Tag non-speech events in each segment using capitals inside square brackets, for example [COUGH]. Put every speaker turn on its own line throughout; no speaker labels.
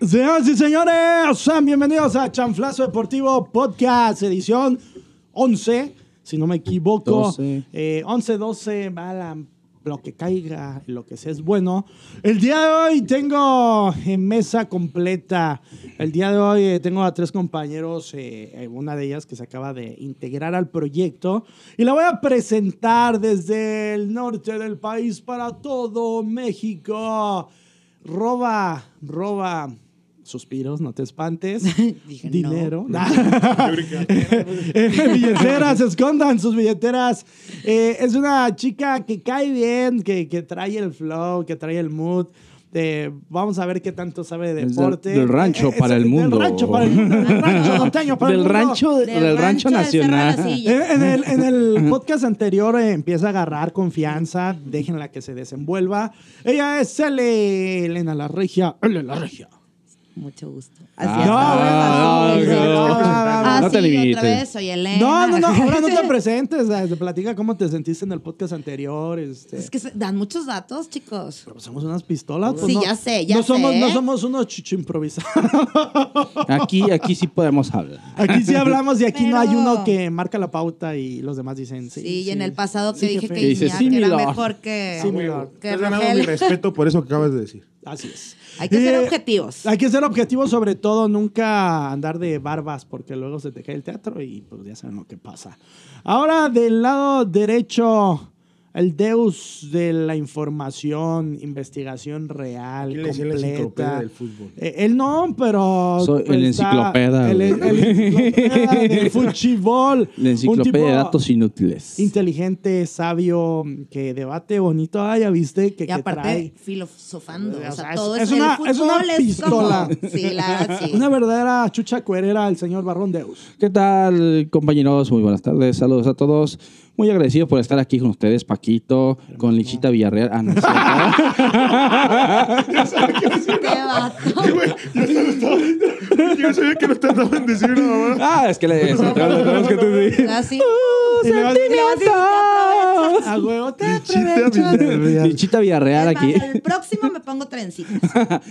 Señoras y señores, sean bienvenidos a Chanflazo Deportivo Podcast, edición 11, si no me equivoco.
12.
Eh, 11, 12, va la- lo que caiga, lo que sea es bueno. El día de hoy tengo en mesa completa. El día de hoy eh, tengo a tres compañeros, eh, eh, una de ellas que se acaba de integrar al proyecto. Y la voy a presentar desde el norte del país para todo México. Roba, roba. Suspiros, no te espantes.
[LAUGHS] Dije, no.
Dinero.
[LAUGHS]
[LAUGHS] Eh, billeteras, escondan sus billeteras. Eh, es una chica que cae bien, que, que trae el flow, que trae el mood. Eh, vamos a ver qué tanto sabe de
Es del-
deporte. Eh,
del rancho
es
para el mundo.
Del rancho para el
[LAUGHS]
mundo. Del rancho norteño para el
del
mundo.
rancho, del, rancho,
de Cerro de la
nacional.
Silla.
Eh, En el, en el podcast anterior eh, empieza a agarrar confianza. Déjenla que se desenvuelva. Ella es Cele, Elena La Regia. Elena La Regia.
Mucho gusto.
Ah,
es,
no,
ahora
no,
sí,
no, no, no,
Ah,
no te
sí,
limites.
otra vez soy Elena.
No, no, no, ahora no te presentes. eh, Platica cómo te sentiste en el podcast anterior. Este.
[LAUGHS] Es que se- dan muchos datos, chicos.
Pero somos unas pistolas. pues
Sí,
no-
ya sé, ya
no Somos,
sé.
no somos unos chuchu improvisados. [LAUGHS]
Aquí, aquí sí podemos hablar.
Aquí sí hablamos y aquí no hay
Pero-
uno que marca la pauta y los demás dicen sí.
Sí, y en el pasado que
Sí,
dije
jefe.
que
Que dice,
Iñaki
sí, mi
era
lord.
mejor que,
Sí, mi lord.
que
Te has ganado
Rangel.
mi respeto por eso que acabas de decir.
Así es.
Hay que ser
Eh,
objetivos.
Hay que ser objetivos, sobre todo, nunca andar de barbas, porque luego se te cae el teatro y pues ya saben lo que pasa. Ahora, del lado derecho, el deus de la información, investigación real,
¿Quién le decía la
completa.
enciclopedia del fútbol?
Eh, él no, pero... pues
Soy el
está-
enciclopeda,
El, el,
güey.
enciclopeda
[LAUGHS]
del fútbol.
La enciclopedia de datos inútiles.
Inteligente, sabio, que debate bonito. Ah, ya viste que,
Y
que
aparte,
trae...
filosofando.
O sea,
O sea, todo
es-
es,
es una-
el
es una
fútbol es
pistola.
como- Sí, la verdad, sí.
[LAUGHS] Una verdadera chucha cuerera el señor Barrón Deus.
¿Qué tal, compañeros? Muy buenas tardes. Saludos a todos. Muy agradecido por estar aquí con ustedes, Paquito, con Lichita Villarreal. Ah, no, es cierto.
[LAUGHS]
Qué vato.
[LAUGHS] Yo sabía que no tardaban en decir una mamá.
Ah, es que le es- tenemos que decir.
Así.
Y le vas-
¡Sentimientos!
A huevo, te
Chiste
aprovechas.
Lichita Villarreal
Es más,
aquí.
El próximo me pongo trencitas.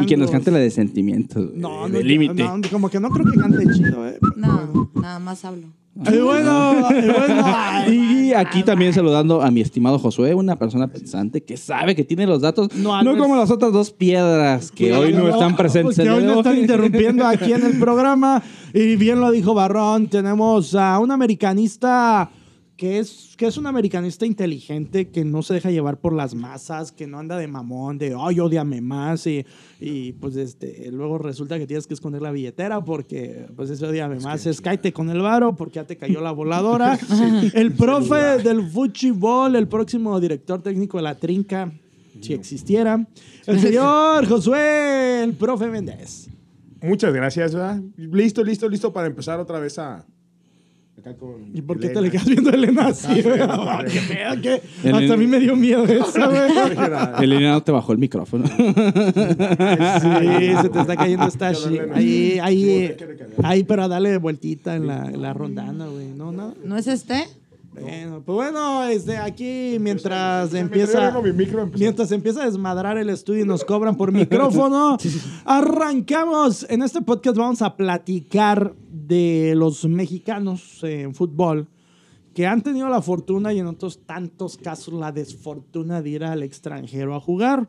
Y que nos cante la de sentimientos.
No, no,
eh, de límite.
no, como que no creo que cante chido, eh.
No, nada más hablo.
Y bueno, y [LAUGHS] bueno, ay,
Y aquí también saludando a mi estimado Josué, una persona pensante que sabe que tiene los datos,
No,
no,
Andrés.
como las otras dos piedras que hoy no están presentes.
Que
el
hoy
día
no
de
están
hoy.
interrumpiendo aquí en el programa. Y bien lo dijo Barrón, tenemos a un americanista que es, que es un americanista inteligente, que no se deja llevar por las masas, que no anda de mamón, de, ay, odiame más. Y, y, pues este, luego resulta que tienes que esconder la billetera porque, pues ese odiame más es cállate con el varo porque ya te cayó la voladora. El profe del fuchibol, el próximo director técnico de la trinca. Si existiera. El señor Josué, el profe Méndez.
Muchas gracias, ¿verdad? Listo, listo, listo para empezar otra vez a. Acá con
¿Y por qué te
Elena.
le quedas viendo a Elena así?
Ah,
güey?
claro.
¿Qué pedo? ¿Qué?
Elena-
Hasta a mí me dio miedo esa,
[LAUGHS]
güey.
Elena no te bajó [LAUGHS] el micrófono.
[LAUGHS] Sí, se te está cayendo esta
Ya,
shit.
Elena.
Ahí, ahí,
Sí,
eh,
quiere que le-
ahí, pero dale vueltita en la, en la rondana, güey. No, nada.
¿No es este?
Bueno, pues bueno, este, aquí mientras
Mientras yo
empieza.
vengo mi micro, empezamos.
Mientras se empieza a desmadrar el estudio y nos cobran por
[LAUGHS]
micrófono, arrancamos. En este podcast vamos a platicar de los mexicanos en fútbol que han tenido la fortuna y en otros tantos casos la desfortuna de ir al extranjero a jugar.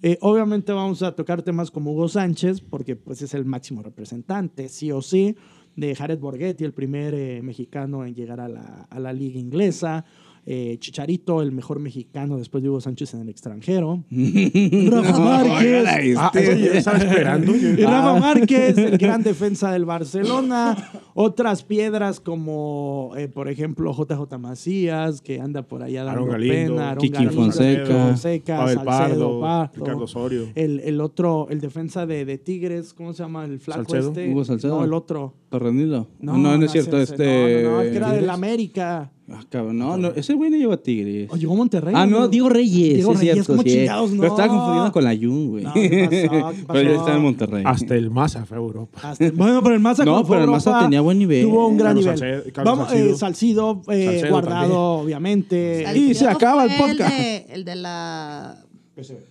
Eh, obviamente vamos a tocar temas como Hugo Sánchez, porque pues es el máximo representante, sí o sí, de Jared Borghetti, el primer eh, mexicano en llegar a la, a la liga inglesa. Eh, Chicharito, el mejor mexicano después de Hugo Sánchez en el extranjero. Rafa Márquez.
Oigan, este-
Ah, eso yo [LAUGHS] estaba esperando. yo-
Y Rafa Márquez,
[LAUGHS]
el gran defensa del Barcelona. Otras piedras como, eh, por ejemplo, JJ Macías, que anda por allá dando
Aaron Galindo,
pena. Aaron
Kiki
Galindo,
Fonseca,
Kiki Fonseca,
Pavel
Salcedo,
Pardo,
Pardo.
Ricardo Osorio.
El, el otro, el defensa de, de Tigres, ¿cómo se llama? El flaco
Salcedo.
este.
Hugo Salcedo.
No, el otro.
Torrenilo. No, no, es cierto.
ese-
este...
No, no, no, el que era del
¿Tigres?
América.
Ah, cabrón, no, no, ese güey no lleva Tigres.
O llegó a Monterrey.
Ah, no, Diego Reyes.
Diego
es
Reyes,
cierto,
¿cómo
sí es.
chingados? No.
Lo estaba confundiendo con la Jun, güey.
No, ¿qué pasó? ¿Qué
[LAUGHS] Pero él
pasó?
está en Monterrey.
Hasta el Maza fue a Europa.
Hasta- bueno, pero el Maza
No,
cuando fue
pero el
a
Maza
Europa,
tenía buen nivel.
Tuvo un gran nivel.
Carlos Salcedo- Carlos
Vamos, eh, Salcido, eh,
Salcedo
guardado,
también.
obviamente.
pues, eh,
Salcedo fue El de- el de la.
Ese-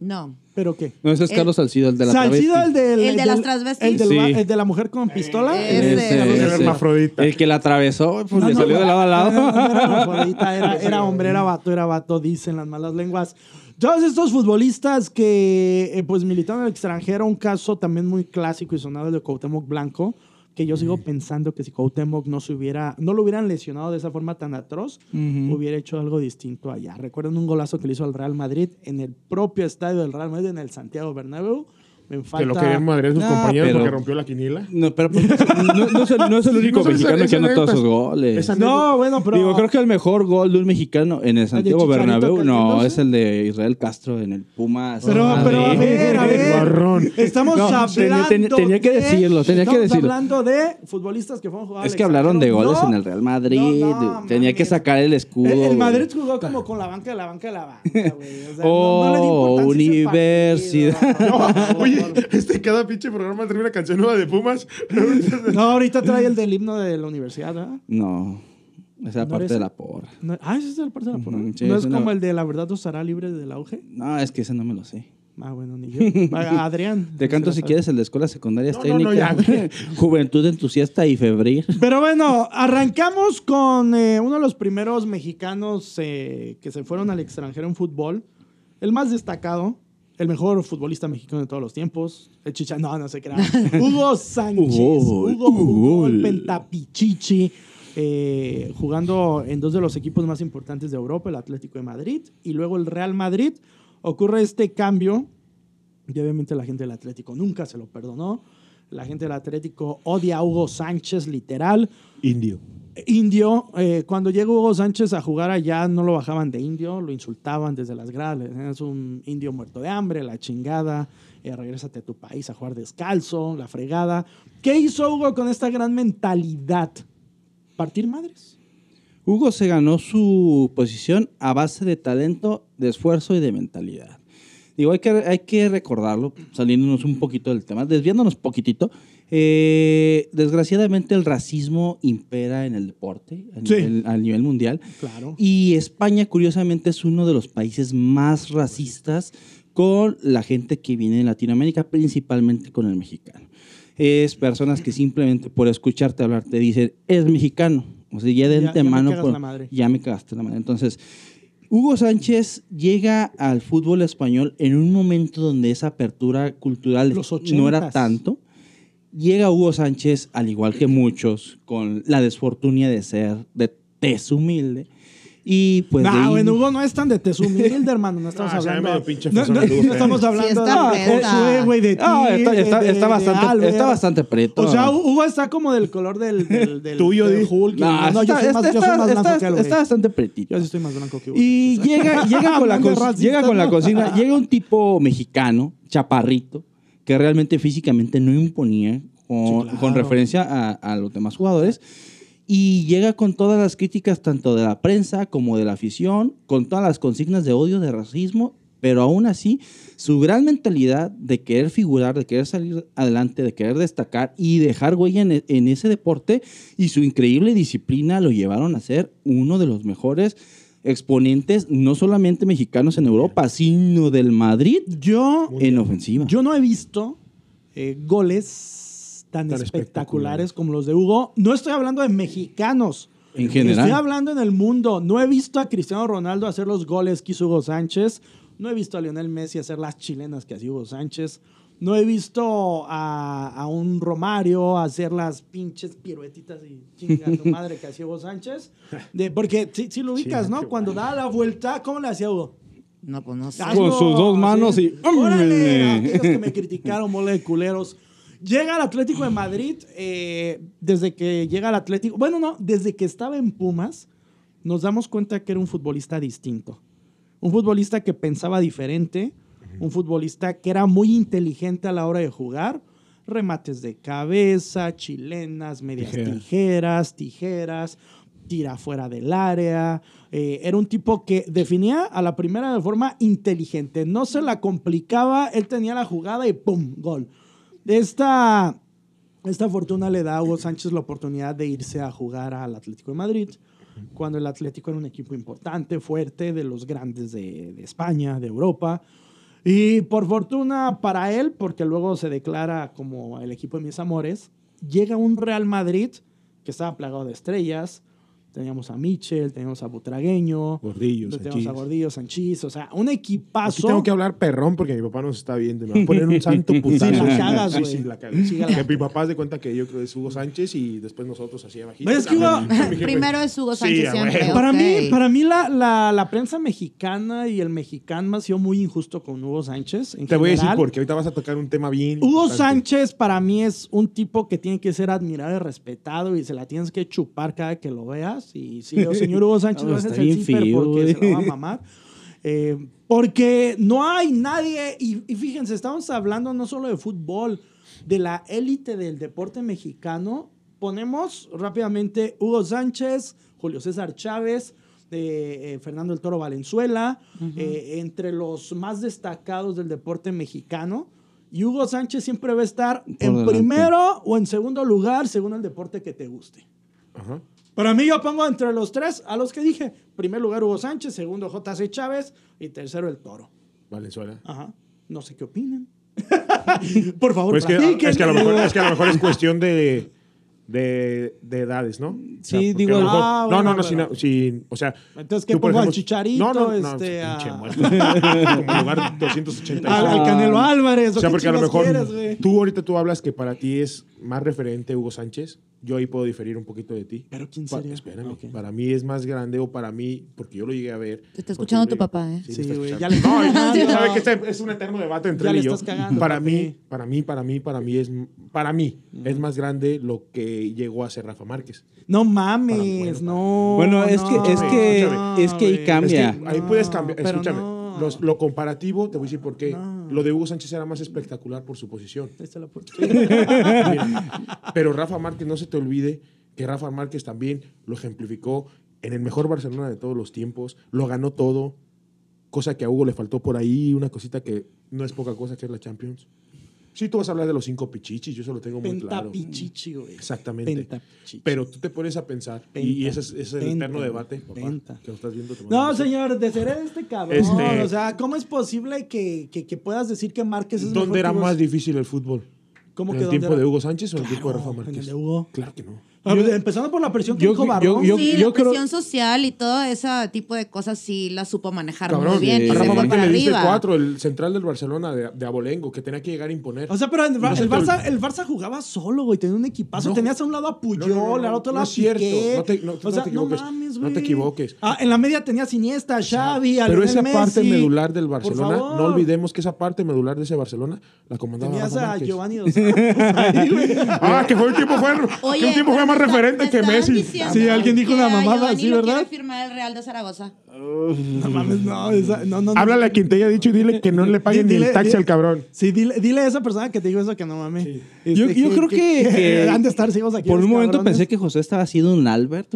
No.
¿Pero qué?
No, ese es
Eh,
Carlos Salcido, el de la
Salcido,
travesti.
el del.
¿El de las
del-
transvestis?
El, del,
Sí.
va- el de la mujer con pistola.
Ese.
este,
Ese,
ese. Hermafrodita.
El que la atravesó, pues
No,
le
no,
salió de lado
no,
a
no, no
[LAUGHS]
era
lado.
hermafrodita, era, era hombre, era vato, era vato, dicen las malas lenguas. Todos estos futbolistas que eh, pues militaron en el extranjero, un caso también muy clásico y sonado el de Cuauhtémoc Blanco, que yo sigo pensando que si Cuauhtémoc no se hubiera, no lo hubieran lesionado de esa forma tan atroz, hubiera hecho algo distinto allá. ¿Recuerdan un golazo que le hizo al Real Madrid en el propio estadio del Real Madrid, en el Santiago Bernabéu? Me
Que lo
falta...
querían madrear sus
No,
compañeros
pero-
porque rompió la quinila.
No, pero pues, no, no es el, no es el único
No sé,
mexicano
esa-
que
esa
anotó
anécdota-
esos goles.
esa
No, bueno, pero...
Digo, creo que el mejor gol de un mexicano en el Santiago
Chicharito
Bernabéu no
Cantinoso?
es el de Israel Castro en el Pumas. Ah,
Pero,
Madrid.
pero a ver, a ver.
Marrón.
Estamos
No,
hablando.
tenía- ten- tenía que
de-
decirlo, tenía que
estamos
decirlo.
hablando de futbolistas que fueron jugar.
Es que hablaron de goles en el Real Madrid.
no,
tenía
mames.
que sacar el escudo.
El,
güey.
Madrid jugó como con la banca de la banca de la banca, güey. O sea,
[LAUGHS] Oh,
no, no le di importancia a ese partido.
[LAUGHS]
[LAUGHS]
No, [LAUGHS] oye, este cada pinche programa trae una canción nueva de Pumas.
No, ahorita trae el del himno de la universidad, ¿verdad?
No, esa
No
parte
eres-
de la porra.
No- ah, ese es el parte de la porra.
Ujú, Mm, sí,
no es
es una-
como el de la verdad os hará libre del auge.
No, es que esa no me lo sé.
Ah, bueno, ni
[LAUGHS]
yo. Ah, Adrián.
Te
[LAUGHS]
canto si
quieres
quieres el de escuelas secundarias
No, no, no,
técnicas. [LAUGHS]
ya, güey.
Juventud entusiasta y febril.
Pero bueno, arrancamos con eh, uno de los primeros mexicanos eh, que se fueron al extranjero en fútbol. El más destacado, el mejor futbolista mexicano de todos los tiempos. El chicha, no, no se crea. Hugo Sánchez.
Hugo,
Hugo, jugó el
Hugo.
Pentapichichi. eh, jugando en dos de los equipos más importantes de Europa, el Atlético de Madrid y luego el Real Madrid. Ocurre este cambio y obviamente la gente del Atlético nunca se lo perdonó. La gente del Atlético odia a Hugo Sánchez, literal.
Indio.
Indio, eh, cuando llegó Hugo Sánchez a jugar allá, no lo bajaban de indio, lo insultaban desde las gradas. le decían, Es un indio muerto de hambre, la chingada, eh, regrésate a tu país a jugar descalzo, la fregada. ¿Qué hizo Hugo con esta gran mentalidad? Partir madres.
Hugo se ganó su posición a base de talento, de esfuerzo y de mentalidad. Digo, hay que, hay que recordarlo, saliéndonos un poquito del tema, desviándonos poquitito. eh, desgraciadamente el racismo impera en el deporte a
Sí.
nivel- a nivel mundial.
Claro.
Y España, curiosamente, es uno de los países más racistas con la gente que viene de Latinoamérica, principalmente con el mexicano. Es personas que simplemente por escucharte hablar te dicen, es mexicano. O sea, ya de
Ya- ya me
antemano.
cagas
por-
la madre.
Ya me cagaste la madre. Entonces, Hugo Sánchez llega al fútbol español en un momento donde esa apertura cultural
Los
no era
ochentas.
tanto. Llega Hugo Sánchez, al igual que muchos, con la desfortunia de ser de tez humilde. Y pues. de
no,
ahí-
bueno, Hugo no es tan de te [LAUGHS] humilde, hermano. No estamos
No, Ah, se ve
hablando.
medio pinche
no, no,
fresón el Hugo,
no estamos
pero-
hablando
Sí, está
de
fresa.
Josué, güey, de ti.
Ah, está,
de-
está-
de-
está
de
bastante,
Albert.
está bastante preto.
O sea, Hugo está como del color del, del, del-
Tuyo,
del
di.
Hulk.
No,
no, yo
está-
soy más,
está-
yo soy más
está-
blanco que él, güey.
está bastante pretito.
Yo sí estoy más blanco que Hugo.
Y
[LAUGHS]
llega, llega con la,
Hablando de
consi-
racistas,
llega con la
¿no? [LAUGHS]
consigna, llega un tipo mexicano, chaparrito, que realmente físicamente no imponía
Sí,
con,
claro.
con referencia a, a los demás jugadores. Y llega con todas las críticas, tanto de la prensa como de la afición, con todas las consignas de odio, de racismo, pero aún así, su gran mentalidad de querer figurar, de querer salir adelante, de querer destacar y dejar huella en, e- en ese deporte, y su increíble disciplina lo llevaron a ser uno de los mejores exponentes, no solamente mexicanos en Europa, sino del Madrid
Yo,
en ofensiva.
yo no he visto eh, goles tan,
Tan
espectaculares,
espectaculares.
como los de Hugo. No estoy hablando de mexicanos.
En general.
Estoy hablando en el mundo. No he visto a Cristiano Ronaldo hacer los goles que hizo Hugo Sánchez. No he visto a Lionel Messi hacer las chilenas que hacía Hugo Sánchez. No he visto a, a un Romario hacer las pinches piruetitas y chingando madre que hacía Hugo Sánchez. De- porque si, lo ubicas,
Chinga,
¿no?
qué
Cuando daba la vuelta, ¿cómo le hacía Hugo?
No, pues no sé.
Ah,
Hazlo,
Con sus dos manos
así.
y-
¡Órale!
¡Órale!
Aquellos que me criticaron, mole de culeros. Llega al Atlético de Madrid, eh, desde que llega al Atlético, bueno, no, desde que estaba en Pumas, nos damos cuenta que era un futbolista distinto. Un futbolista que pensaba diferente, un futbolista que era muy inteligente a la hora de jugar. Remates de cabeza, chilenas, medias
Tijeras.
tijeras, tijeras, tira fuera del área. Eh, era un tipo que definía a la primera de forma inteligente. No se la complicaba, él tenía la jugada y ¡pum! Gol. Esta, esta fortuna le da a Hugo Sánchez la oportunidad de irse a jugar al Atlético de Madrid, cuando el Atlético era un equipo importante, fuerte, de los grandes de, de España, de Europa. Y por fortuna para él, porque luego se declara como el equipo de mis amores, llega un Real Madrid que estaba plagado de estrellas. Teníamos a Michel, teníamos a Butragueño,
Gordillo,
teníamos
Sanchís.
a Gordillo, Sanchís, o sea, un
Aquí
equipazo.
tengo que hablar perrón porque mi papá nos está viendo. y Me va a poner
[LAUGHS]
un santo
Sí,
putazo.
la cagas,
Sí,
güey.
sí, la cagas.
Sí, la-
Que mi papá se cuenta que yo creo que es Hugo Sánchez y después nosotros así abajito.
¿Ves Pues que Hugo-
Mi jefe.
Primero es Hugo
Sí, ah,
Sánchez
a
siempre.
huevo.
Para
ok.
mí, para mí la, la- la prensa mexicana y el mexicano ha sido muy injusto con Hugo Sánchez. en
Te voy a decir
general.
porque ahorita vas a tocar un tema bien.
Hugo
importante.
Sánchez para mí es un tipo que tiene que ser admirado y respetado y se la tienes que chupar cada que lo veas. Y si
[LAUGHS]
el señor Hugo Sánchez
Ah,
no es el
está bien
ciper
feo,
porque se
güey.
lo va a mamar. Eh, porque no hay nadie, y, y fíjense, estamos hablando no solo de fútbol, de la élite del deporte mexicano. Ponemos rápidamente Hugo Sánchez, Julio César Chávez, eh, eh, Fernando el Toro Valenzuela, eh, entre los más destacados del deporte mexicano. Y Hugo Sánchez siempre va a estar en
delante.
primero o en segundo lugar, según el deporte que te guste.
Ajá.
Para mí yo pongo entre los tres a los que dije. Primer lugar Hugo Sánchez, segundo JC Chávez y tercero el Toro.
Valenzuela.
Ajá. No sé qué opinan. [LAUGHS] Por favor,
Pues es, que,
platiquen.
es, que a lo mejor, es que a lo mejor es cuestión de, de, de edades, ¿no? O sea,
Sí,
porque
digo-
a lo mejor-
Ah,
no, no,
bueno,
no, si
pero-
no, si- o sea.
Entonces, ¿qué
tú, por
pongo al
ejemplo-
Chicharito,
No, no, no,
este, a-
pinche muerto. Como
[LAUGHS]
lugar 285.
Al, al Canelo Álvarez.
O sea, porque a lo mejor
Quieres, güey?
tú ahorita tú hablas que para ti es más referente Hugo Sánchez. Yo ahí puedo diferir un poquito de ti.
Pero ¿quién
Pa-
sería?
espérame,
Ah, ok.
para mí es más grande o para mí, porque yo lo llegué a ver.
Te está
porque
escuchando
yo
tu
llegué-
papá, ¿eh?
me
Sí,
está
güey, [LAUGHS]
escuchando.
ya le estás
[LAUGHS] No,
cagando.
sabe que este es un eterno debate entre
Ya
él
le
y yo.
estás cagando,
para
papi.
mí, para mí, para mí, para mí es para mí es más grande lo que llegó a ser Rafa Márquez.
No mames,
Para- bueno, para-
no.
Bueno, es que-
no,
es
que-
no,
es que ahí
güey.
cambia.
Es que
Mira.
ahí
No,
puedes cambiar.
pero
Escúchame.
no.
los- lo comparativo, te voy a decir por qué.
No.
Lo de Hugo Sánchez era más espectacular por su posición.
Esta es la oportunidad.
Mira, [LAUGHS] pero Rafa Márquez, no se te olvide que Rafa Márquez también lo ejemplificó en el mejor Barcelona de todos los tiempos, lo ganó todo, cosa que a Hugo le faltó por ahí, una cosita que no es poca cosa, que es la Champions. Sí, tú vas a hablar de los cinco pichichis, yo eso lo tengo muy claro.
Pentapichichi, güey.
Exactamente.
Pentapichichi.
Pero tú te pones a pensar, y- y ese es, ese es el
Penta.
eterno debate, papá,
Penta.
que lo estás viendo. te mando
No,
un beso.
señor, deshered este cabrón.
Este-
O sea, ¿cómo es posible que, que, que puedas decir que Márquez es mejor
¿Dónde era
que Hugo-
más difícil el fútbol?
¿Cómo
¿En
que
el
dónde
tiempo
era?
de Hugo Sánchez o en el
Claro,
tiempo de Rafa
en el
Márquez?
de Hugo.
Claro que no.
A ver,
Yo-
empezando por la presión que
yo-
dijo
yo-
Barrón.
yo-
sí,
yo
la
creo-
presión social y todo ese tipo de cosas sí la supo manejar muy
Cabrón,
sí.
bien. Y
a
se
Rafa
fue
Márquez
para
le diste
arriba.
cuatro, el central del Barcelona de, de Abolengo, que tenía que llegar a imponer.
o sea, pero el, Bar-
No se
el
te ol-
Barça, el Barça jugaba solo, güey. Tenía un equipazo.
No.
Tenías a un lado a Puyol,
No, no, no,
al otro
no
lado
es
a
cierto.
Piqué.
No te- no-
o
no
sea,
te
no
equivoques.
mames,
No te
güey.
equivoques.
Ah, en la media tenías Iniesta, Xavi, a
pero
Lionel
esa parte
Messi.
medular del
Por
Barcelona,
favor.
no olvidemos que esa parte medular de ese Barcelona la comandaba
Tenías
Rafa
a
Márquez.
Giovanni Dos Santos ahí,
[LAUGHS]
güey.
Ah, que fue un tiempo fue, que un tiempo fue más
me está-
referente
me
que
estaban
Messi.
diciendo
Sí, alguien dijo
que
una
a
mamada
Giovanni
así,
lo
¿verdad?
quiere firmar el Real de Zaragoza.
No mames, no, esa- no, no, no.
Háblale a quien te haya dicho y
[LAUGHS]
dile que no le paguen ni el taxi al cabrón.
Sí, dile, dile a esa persona que te dijo eso que no mames. Este,
Yo, yo creo que, que-
[LAUGHS] han de estar ciegos aquí.
Por un
los
momento
cabrones.
pensé que José estaba haciendo un Albert.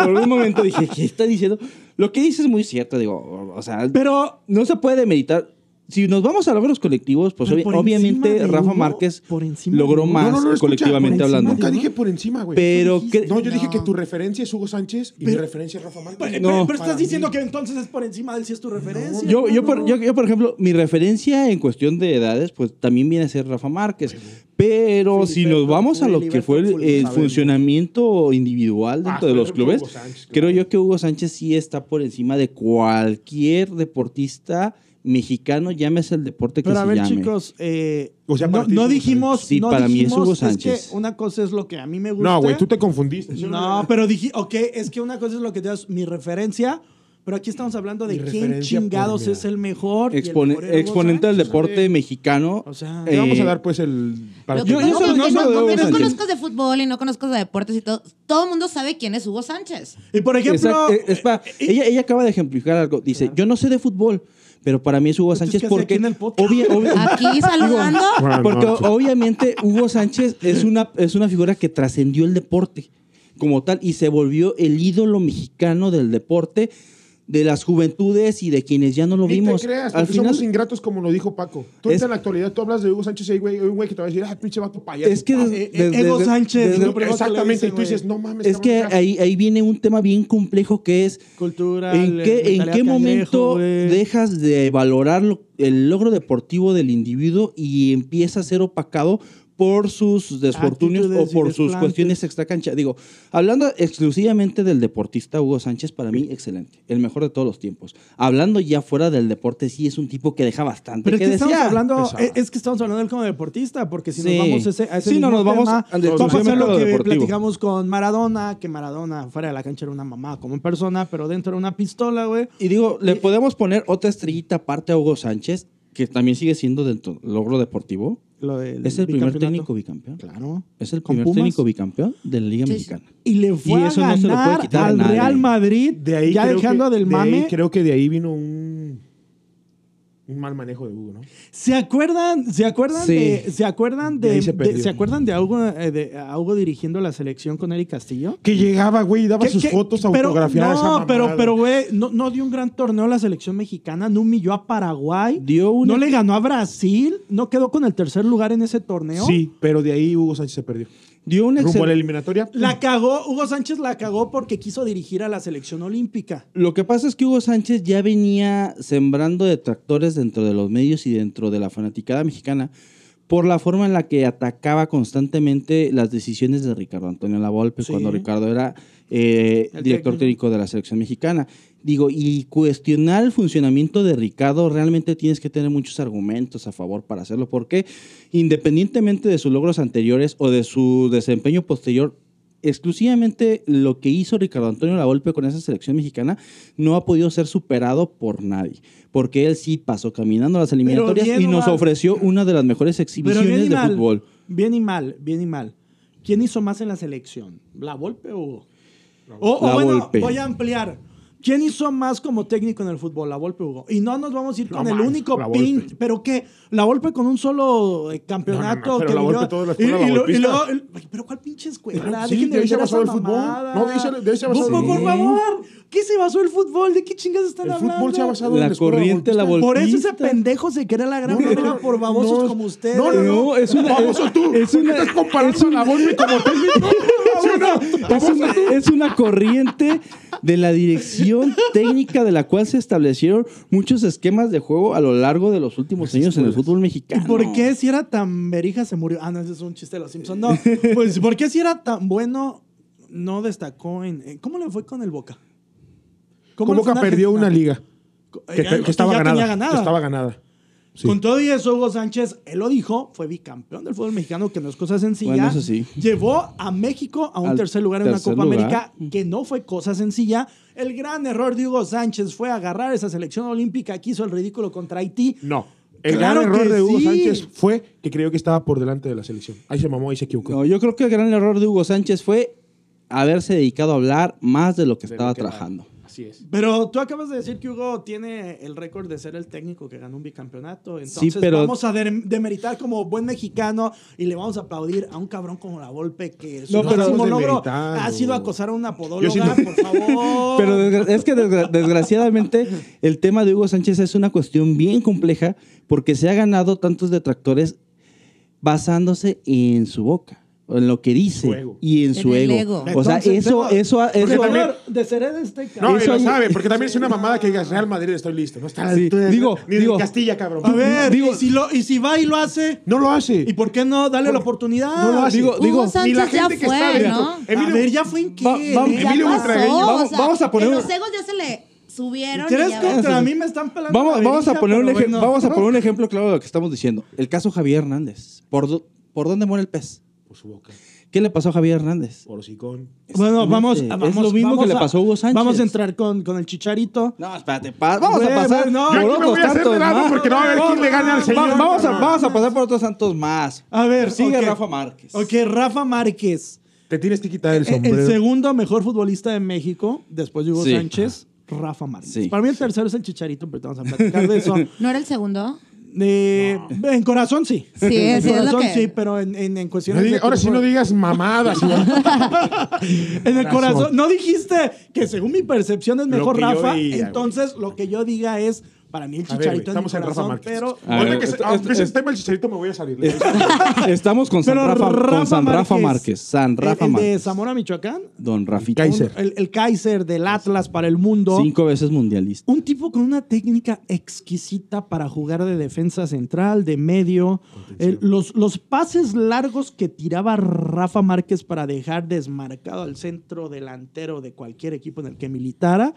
[LAUGHS] por un momento dije, ¿qué está diciendo? Lo que dice es muy cierto, digo, o- o sea,
Pero
no se puede meditar. Si nos vamos a logros colectivos, pues
Pero
obvi-
por
obviamente
encima de
Rafa
Hugo,
Márquez
por encima de
logró
Hugo.
más
no, no, no, escucha,
colectivamente
por encima
hablando.
de
Nunca
Ajá.
dije por encima, güey.
Pero
dijiste?
cre-
No, yo dije
No.
que tu referencia es Hugo Sánchez y mi
Pero-
referencia es Rafa Márquez.
Pero,
No.
pero- pero estás
Para mí-
diciendo que entonces es por encima de él si es tu referencia.
yo, yo, por,
hermano.
yo, yo, por ejemplo, mi referencia en cuestión de edades, pues también viene a ser Rafa Márquez. Pero si
Filiberto
nos vamos a lo que
Filiberto
fue el,
Fulvio,
el
sabemos.
funcionamiento individual
Ah,
dentro de los
Filiberto Hugo
clubes,
Sánchez, claro.
creo yo que Hugo Sánchez sí está por encima de cualquier deportista mexicano, llámese el deporte que
Pero a
se
ver,
llame.
chicos, eh,
O sea,
no,
para ti es
no
Hugo
dijimos.
Sánchez. Sí,
no
para mí es
dijimos,
Hugo
que
Sánchez.
una cosa es lo que a mí me gusta.
No, güey, tú te confundiste.
No, pero dije, ok, es que una cosa es lo que te das mi referencia, pero aquí estamos hablando de
Mi
quién
referencia,
chingados
pues, mira.
es el mejor. y el
Expone-
mejor era Hugo
exponente del
Sánchez.
deporte mexicano.
O sea,
Le vamos a
eh,
dar pues el... para
Lo
ti.
que
Yo-
pasa
yo
es
no soy
que
de
no,
Hugo
aunque no
Sánchez.
conozcas de fútbol y no conozcas de deportes y todo. Todo el mundo sabe quién es Hugo Sánchez.
Y por ejemplo,
Exacto, eh, es pa- ella, ella acaba de ejemplificar algo. Dice, yo no sé de fútbol, pero para mí es Hugo
Entonces,
Sánchez
¿qué hace aquí
porque
en el podcast?
obvia-
[LAUGHS]
obvia-
[LAUGHS]
Aquí saludando.
Buenas
porque
noches.
obviamente Hugo Sánchez es una, es una figura que trascendió el deporte como tal y se volvió el ídolo mexicano del deporte de las juventudes y de quienes ya no lo
Ni
vimos.
te creas,
Al
porque
final
somos ingratos como lo dijo Paco. Tú ahorita
Es-
en la actualidad tú hablas de Hugo Sánchez y hay güey- hay un güey que te va a decir, ah, pinche vato payaso.
es que
Ah,
des-
eh,
desde-
Ego
desde-
Sánchez,
desde-
lo primero que le
Exactamente, y
dicen,
tú
güey.
dices, no mames.
es que
cabrón, ya".
ahí, ahí viene un tema bien complejo que es
Cultura.
¿En qué, en qué momento dejas de valorar lo- el logro deportivo del individuo y empieza a ser opacado por sus desfortunios o
Actitudes y
por sus
desplantes.
cuestiones extracancha? Digo, hablando exclusivamente del deportista Hugo Sánchez, para mí, excelente. El mejor de todos los tiempos. Hablando ya fuera del deporte, sí es un tipo que deja bastante
Pero es
que
que, estamos
desear. Pues,
hablando, eh,
Pesado.
es, es que estamos hablando de él como deportista, porque si
Sí.
nos vamos a ese, a ese
Sí, no,
mismo
nos vamos
tema,
al
va a
deportivo.
pasar lo que
Deportivo.
platicamos con Maradona, que Maradona fuera de la cancha era una mamá como persona, pero dentro era una pistola, güey.
Y digo,
eh,
le podemos poner otra estrellita aparte a Hugo Sánchez, que también sigue siendo del to- logro deportivo.
Lo del
Es el primer
bicampeonato.
técnico bicampeón.
Claro.
Es el
Con
primer
Pumas.
técnico bicampeón de la Liga
Sí, sí.
Mexicana.
Y le fue
Y
a
eso no se lo puede
ganar
quitar a
al
nadie.
Real Madrid,
De ahí
ya
creo
dejando
que-
del
de ahí
mame.
creo que de ahí vino un, un mal manejo de Hugo, ¿no?
¿Se acuerdan, se acuerdan
Sí.
de, se acuerdan de,
Ahí se
de-
perdió.
se acuerdan de Augo, eh, de Augo dirigiendo la selección con Eric Castillo?
Que llegaba, güey, y daba
¿Qué-
sus
qué-
fotos
pero- No,
autografiadas. esa mamada.
pero, pero, güey, no, no dio un gran torneo la selección mexicana, no humilló a Paraguay,
Dio una-
no le ganó a Brasil, no quedó con el tercer lugar en ese torneo.
Sí, pero de ahí Hugo Sánchez se perdió.
Dio un
Rumbo a la
excel-
eliminatoria.
La cagó, Hugo Sánchez la cagó porque quiso dirigir a la selección olímpica.
Lo que pasa es que Hugo Sánchez ya venía sembrando detractores dentro de los medios y dentro de la fanaticada mexicana por la forma en la que atacaba constantemente las decisiones de Ricardo Antonio Lavolpe
Sí.
cuando Ricardo era eh,
El
director
técnico.
técnico de la selección mexicana. Digo, y cuestionar el funcionamiento de Ricardo realmente tienes que tener muchos argumentos a favor para hacerlo, porque independientemente de sus logros anteriores o de su desempeño posterior, exclusivamente lo que hizo Ricardo Antonio Lavolpe con esa selección mexicana no ha podido ser superado por nadie, porque él sí pasó caminando las eliminatorias
bien
y nos
mal.
ofreció una de las mejores
Pero bien
exhibiciones
y
de
mal,
fútbol.
bien y mal, bien y mal. ¿Quién hizo más en la selección? ¿La Volpe o Hugo? O, o
La
bueno,
Volpe.
voy a ampliar. ¿Quién hizo más como técnico en el fútbol? La Volpe o Hugo. Y no nos vamos a ir
No
con el
mames,
único
La
pin.
Volpe.
¿Pero qué? La Volpe con un solo eh, campeonato.
No, no, no, pero
que
La
vivió-
Volpe toda la
y,
escuela
y lo- y
lavolpista.
luego el- Ay, ¿Pero cuál pinche escuela?
Sí,
Dejen
de ahí se
vender
basó el
esa
fútbol.
mamada.
No, de ahí se- de ahí se basó
Por-
el-
Por,
Sí.
favor, ¿qué se basó el fútbol? ¿De qué chingas están
El
hablando?
fútbol se ha basado en
La
la escuela
corriente
golpista.
laborista.
Por eso ese
Golpista.
pendejo se crea la gran
No, no,
problema
no,
por babosos
no,
como ustedes.
no, no, no.
es una-
Baboso tú.
es
¿Por qué
una-
estás comparando
es una-
a la Volpe [LAUGHS] como técnico?
Ah,
Sí, no.
Es una, es una corriente de
[LAUGHS]
la dirección técnica de la cual se establecieron muchos esquemas de juego a lo largo de los últimos años en el fútbol mexicano.
¿Y por qué si era tan verija se murió? Ah, no, ese es un chiste de los Simpsons.
[LAUGHS]
No, pues ¿por qué si era tan bueno no destacó en... en- ¿Cómo le fue con el Boca?
Como
le fue
Boca
en
perdió una
Argentina?
liga que,
Eh,
te- que estaba
ya
ganada,
tenía
que Estaba ganada. Sí.
Con todo y eso, Hugo Sánchez, él lo dijo, fue bicampeón del fútbol mexicano, que no es cosa sencilla.
Bueno, eso sí.
Llevó a México a un
Al
tercer lugar en
tercer
una Copa
lugar.
América, que no fue cosa sencilla. El gran error de Hugo Sánchez fue agarrar esa selección olímpica que hizo el ridículo contra Haití.
No. El
Claro
gran error
que
de Hugo
sí.
Sánchez fue que creyó que estaba por delante de la selección. Ahí se mamó, ahí se equivocó.
No, yo creo que el gran error de Hugo Sánchez fue haberse dedicado a hablar más de lo que
De lo
estaba
que era.
trabajando.
Así es.
Pero tú acabas de decir que Hugo tiene el récord de ser el técnico que ganó un bicampeonato. Entonces
Sí, pero-
vamos a de- demeritar como buen mexicano y le vamos a aplaudir a un cabrón como la Volpe que su
No, pero-
máximo
Estamos
logro
demeritando.
ha sido acosar a una podóloga,
siento-
por favor.
[LAUGHS] Pero desgra- es que desgra- desgraciadamente el tema de Hugo Sánchez es una cuestión bien compleja porque se ha ganado tantos detractores basándose en su boca, en lo que dice
Su ego.
y en,
En
su
el
ego.
ego.
O sea,
Entonces,
eso,
tengo-
eso,
Por
eso-
favor,
también-
de ser este cabrón.
No, y
Eso
lo
hay-
sabe, porque también es una mamada que digas Real Madrid, estoy listo. No está a la
Sí,
altura de-
digo,
ni de
digo.
Castilla, cabrón.
A ver,
Digo-
y, si lo, y si va y lo hace,
No lo hace.
¿y ah, por qué no? Dale la oportunidad.
No lo hace.
digo,
Hugo
digo,
ni
Sánchez
la
ya
gente que está
fue,
dentro.
¿no?
a
Emilio-
ver, ya fue en qué.
Va- va-
neta.
Ya
Emilio Butragueño.
pasó.
Vamos-
o sea,
vamos a poner
en
un-
los egos ya se le subieron. y
Tres
ya va.
contra mí me están pelando.
Vamos,
la
vamos, a
verija,
poner un
pero
ejem-
bueno.
vamos a poner un ejemplo claro de lo que estamos diciendo. El caso Javier Hernández. ¿Por, do- por dónde muere el pez?
Por su boca,
¿Qué le pasó a Javier Hernández?
por hocicón.
Bueno, vamos,
Exactamente.
vamos.
Es lo mismo
vamos
que le pasó a Hugo Sánchez.
Vamos a entrar con, con el chicharito.
No, espérate, pa- vamos
Güey,
a pasar
güey, no.
por
Yo aquí me
otros
voy a hacer
tantos
de lado
más.
porque no va a haber
Vamos,
quién le gane al
va-
señor,
Vamos a,
cabrón.
vamos a pasar por otros tantos más.
A ver,
sigue
ok.
Rafa Márquez.
Ok, Rafa Márquez.
Te tienes que quitar el
eh, El,
sombrero.
segundo mejor futbolista de México, después de Hugo
Sí.
Sánchez, Rafa Márquez.
Sí. [LAUGHS]
Para mí el tercero es el Chicharito, pero te vamos a platicar de eso.
¿No era el segundo?
Eh, En corazón sí.
Sí, sí,
en
es lo
corazón
que-
sí, pero en, en, en
No
cuestiones.
diga-
de
ahora
que-
sí no digas mamadas. Iván.
En el
Corazón.
corazón. No dijiste que según mi percepción es
Lo
mejor
que yo
Rafa.
diga, güey.
entonces, lo que yo diga es para mí el
A ver,
chicharito es
güey,
mi
estamos en Rafa
corazón,
Márquez.
Pero
Ah,
Ahorita
ver,
que se-
esto-
aunque
esto-
ese tema del chicharito me voy a salir.
Estamos con San
Pero
Rafa, con San Rafa Márquez. San
el-
Rafa
el eh, de
Márquez.
Zamora, Michoacán.
Don Rafita.
Kaiser.
El, el Kaiser del Atlas para el mundo.
Cinco veces mundialista.
Un tipo con una técnica exquisita para jugar de defensa central, de medio. El- los, los pases largos que tiraba Rafa Márquez para dejar desmarcado al centro delantero de cualquier equipo en el que militara,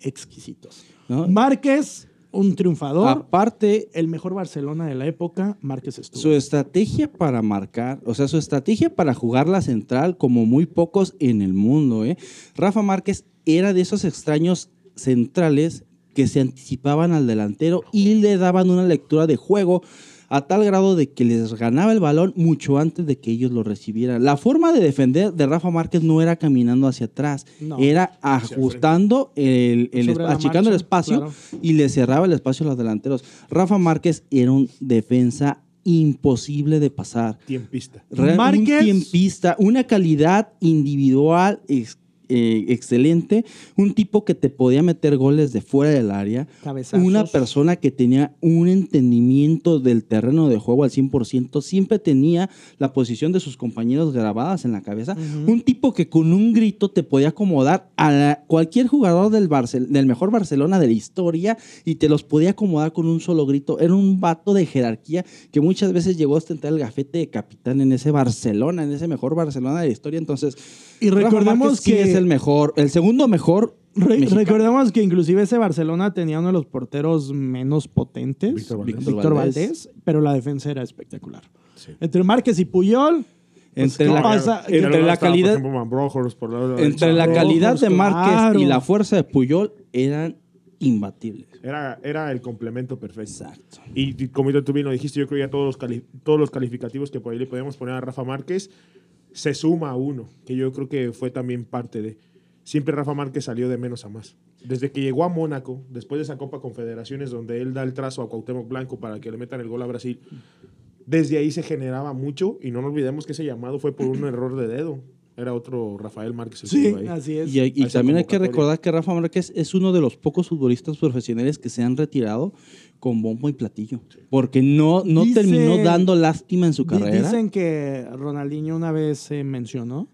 exquisitos.
¿no?
Márquez, un
Ah.
triunfador,
Aparte,
el mejor Barcelona de la época, Márquez estuvo.
Su estrategia para marcar, o sea, su estrategia para jugar la central como muy pocos en el mundo, ¿eh? Rafa Márquez era de esos extraños centrales que se anticipaban al delantero y le daban una lectura de juego a tal grado de que les ganaba el balón mucho antes de que ellos lo recibieran. La forma de defender de Rafa Márquez no era caminando hacia atrás,
No.
era ajustando, el, el
Sobre
espa-
la
achicando el
marcha,
espacio
claro.
y le cerraba el espacio a los delanteros. Rafa Márquez era un defensa imposible de pasar.
Tiempista.
Real-
Márquez.
Un tiempista, una calidad individual ex- eh, excelente, un tipo que te podía meter goles de fuera del área,
Cabezazos.
una persona que tenía un entendimiento del terreno de juego al 100%, siempre tenía la posición de sus compañeros grabadas en la cabeza,
Ujú.
un tipo que con un grito te podía acomodar a la- cualquier jugador del, Barcel- del mejor Barcelona de la historia y te los podía acomodar con un solo grito. Era un vato de jerarquía que muchas veces llegó a ostentar el gafete de capitán en ese Barcelona, en ese mejor Barcelona de la historia. Entonces,
Y
Rafa
recordemos
Márquez sí
que
es el mejor, el segundo mejor.
Re-
mexicano.
recordemos que inclusive ese Barcelona tenía uno de los porteros menos potentes,
Víctor
Víctor
Valdés.
Valdés,
Víctor Valdés.
pero la defensa era espectacular.
Sí.
Entre Márquez y Puyol, pues,
Entre
¿qué
la-
pasa?
entre
Que-
la calidad- Entre la
Ojos,
calidad de Márquez
claro.
y la fuerza de Puyol eran imbatibles.
Era, era el complemento perfecto.
Exacto.
Y, y como tú bien lo dijiste, yo creo que ya todos los, cali- todos los calificativos que por ahí le podemos poner a Rafa Márquez se suma a uno, que yo creo que fue también parte de. Siempre Rafa Márquez salió de menos a más. Desde que llegó a Mónaco, después de esa Copa Confederaciones, donde él da el trazo a Cuauhtémoc Blanco para que le metan el gol a Brasil, desde ahí se generaba mucho y no nos olvidemos que ese llamado fue por un error de dedo. Era otro Rafael Márquez. el que
sí,
iba ahí.
así es.
Y, hay- y
a esa
también hay que
convocatoria.
recordar que Rafa Márquez es uno de los pocos futbolistas profesionales que se han retirado con bombo y platillo. Porque no, no
Dicen-
terminó dando lástima en su
Di-
carrera. [LAUGHS]
Dicen que Ronaldinho una vez eh, mencionó,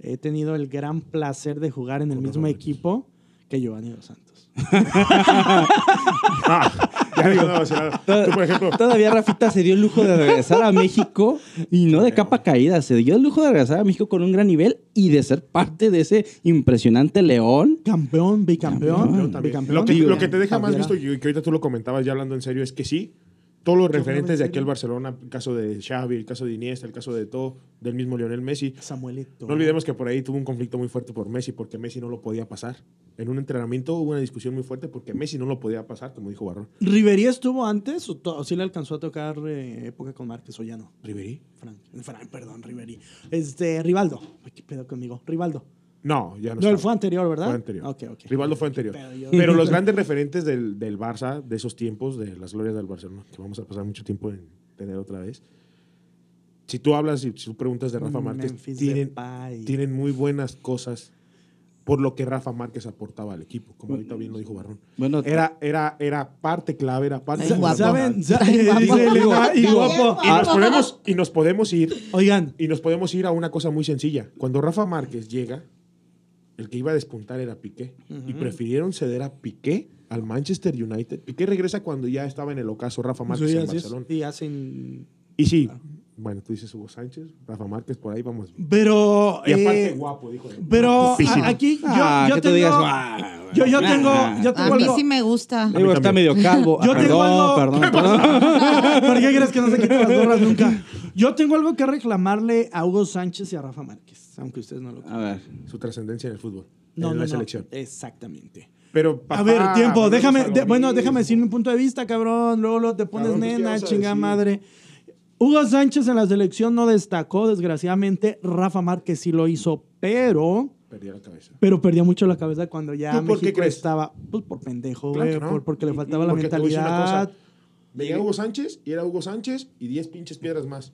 he tenido el gran placer de jugar en el mismo equipo que Giovanni Dos Santos.
Ah, ya digo, no, o sea,
[LAUGHS]
tú, por ejemplo,
Todavía Rafita se dio el lujo de regresar a México y no de capa caída, se dio el lujo de regresar a México con un gran nivel y de ser parte de ese impresionante león.
Campeón,
Campeón
bicampeón,
también.
bicampeón.
Lo que,
Digo,
lo que te deja más
Javiera.
visto, y que ahorita tú lo comentabas ya hablando en serio, es que sí, todos los
Yo hablaba en
referentes de
serio.
aquel Barcelona, el caso de Xavi, el caso de Iniesta, el caso de todo, del mismo Lionel Messi.
Samuelito.
No olvidemos que por ahí tuvo un conflicto muy fuerte por Messi, porque Messi no lo podía pasar. En un entrenamiento hubo una discusión muy fuerte porque Messi no lo podía pasar, como dijo Barrón.
¿Rivería estuvo antes o, to- o sí le alcanzó a tocar eh, época con Márquez o ya no?
¿Ribery?
Fran, Fran, perdón, Riveri. Este, Rivaldo. Ay, ¿Qué pedo conmigo? Rivaldo.
No, ya no.
No, él
estaba.
fue anterior, ¿verdad?
Fue anterior.
Ok, ok.
Rivaldo fue anterior.
Pero yo-
Pero los grandes referentes del, del Barça, de esos tiempos, de las glorias del Barcelona, que vamos a pasar mucho tiempo en tener otra vez. Si tú hablas y si tú preguntas de Rafa Márquez,
Mm, Memphis
tienen,
Depay.
tienen muy buenas cosas por lo que Rafa Márquez aportaba al equipo, como
Mm.
ahorita bien lo dijo Barrón.
Bueno,
Era, era, era parte clave, era parte
Ay,
Sa- [LAUGHS]
guapo.
¿Saben? Sa-
Ay, guapo.
Dice [LAUGHS] Elena, y
Ay,
guapo.
guapo.
Y nos podemos, y nos podemos ir
Oigan,
y nos podemos ir a una cosa muy sencilla. Cuando Rafa Márquez llega, el que iba a despuntar era Piqué. Y prefirieron ceder a Piqué al Manchester United. Piqué regresa cuando ya estaba en el ocaso Rafa Márquez
sí,
en
así es.
Barcelona.
Y hacen.
Y sí, bueno, tú dices Hugo Sánchez, Rafa Márquez, por ahí vamos.
Pero.
Y aparte
eh,
guapo, dijo. él.
Pero
Guapísimo.
a- aquí yo,
Ah,
yo
que tú
tengo.
digas, "Ah,
yo, yo tengo. Yo
A
tengo
mí
algo.
sí me gusta.
Digo, está medio calvo.
Yo
Ah,
tengo algo-
perdón, perdón, perdón.
[LAUGHS] ¿Por qué crees que no se quitan las gorras nunca? [LAUGHS] Yo tengo algo que reclamarle a Hugo Sánchez y a Rafa Márquez, aunque ustedes no lo crean.
A ver.
Su trascendencia en el fútbol,
No,
en
no,
la
no,
selección.
Exactamente.
Pero, papá,
a ver, tiempo,
volvemos
déjame,
a lo
de- bueno,
mismo.
déjame decir mi punto de vista, cabrón, luego, luego te pones
Cabrón, pues, ¿qué
nena,
vas a
chingada
decir?
madre. Hugo Sánchez en la selección no destacó, desgraciadamente, Rafa Márquez sí lo hizo, pero
Perdí la cabeza.
pero perdía mucho la cabeza cuando ya
¿Tú por qué
México
crees?
estaba pues por pendejo,
Claro
güey,
que no.
por- porque le
Y-
faltaba
y
la
porque te voy a decir una
mentalidad.
cosa. Venía Hugo Sánchez y era Hugo Sánchez y 10 pinches piedras más.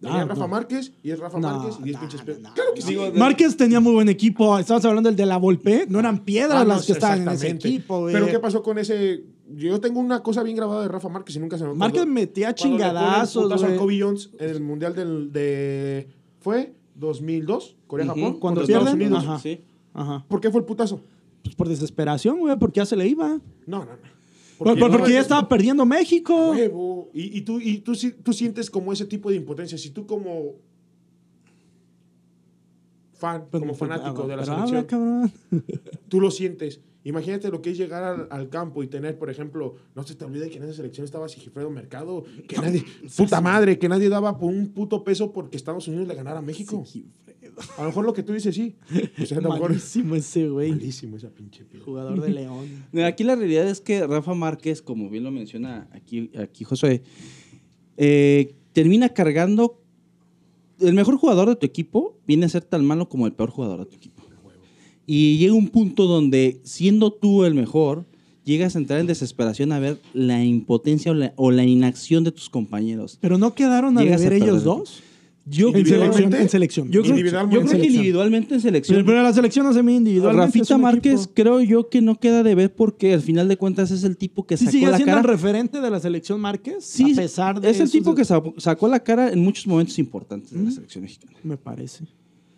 Venía
Ah,
Rafa
no.
Márquez y es Rafa
No,
Márquez y 10
no,
pinches
no,
piedras.
no.
claro que sí.
Digo, de-
Márquez tenía muy buen equipo. Estamos hablando del de la Volpe. No eran piedras
Ah, no,
las que estaban en ese
exactamente.
equipo, güey.
Pero ¿qué pasó con ese? Yo tengo una cosa bien grabada de Rafa Márquez y nunca se me
Márquez
cuando-
metía
cuando le pone el
chingadazos,
putazo
güey.
a Kobe Jones en el Mundial del, de... ¿Fue? 2002, Corea-Japón.
Ujú.
Cuando
contra Estados
pierden,
Unidos.
ajá.
Sí.
Ajá.
¿Por qué fue el putazo?
Pues por desesperación, güey, porque ya se le iba.
No, no, no.
Por- por- Porque,
no
ya
es-
estaba perdiendo México.
Huevo. Y, y tú, y tú, sí- tú sientes como ese tipo de impotencia. Si tú como fan,
Pero-
como
Pues,
fanático
ah, pero-
de la
pero habla,
selección,
cabrón.
tú lo sientes. Imagínate lo que es llegar al, al campo y tener, por ejemplo, no se te olvide que en esa selección estaba Sigifredo Mercado, que nadie, puta madre, que nadie daba por un puto peso porque Estados Unidos le ganara a México. A lo mejor lo que tú dices sí. O sea, a lo mejor
Malísimo ese, güey.
malísimo esa pinche piel.
Jugador de León.
Mira, Aquí la realidad es que Rafa Márquez, como bien lo menciona aquí, aquí Josué, eh, termina cargando. El mejor jugador de tu equipo viene a ser tan malo como el peor jugador de tu equipo. Y llega un punto donde, siendo tú el mejor, llegas a entrar en desesperación a ver la impotencia o la, o la inacción de tus compañeros.
Pero no quedaron a
Llegas a
deber ellos
perder.
dos.
Yo,
En selección.
Individualmente.
En selección.
yo creo,
Individualmente.
yo creo que individualmente en selección.
Pero la selección no se mide individualmente. es
Rafita
un
Márquez
equipo.
creo yo que no queda de ver porque al final de cuentas es el tipo que
Sí,
sacó
sigue
la
siendo
cara.
el referente de la selección Márquez.
Sí,
a pesar de
es el
esos
tipo
de-
que sa- sacó la cara en muchos momentos importantes de la
¿Mm?
selección mexicana.
Me parece.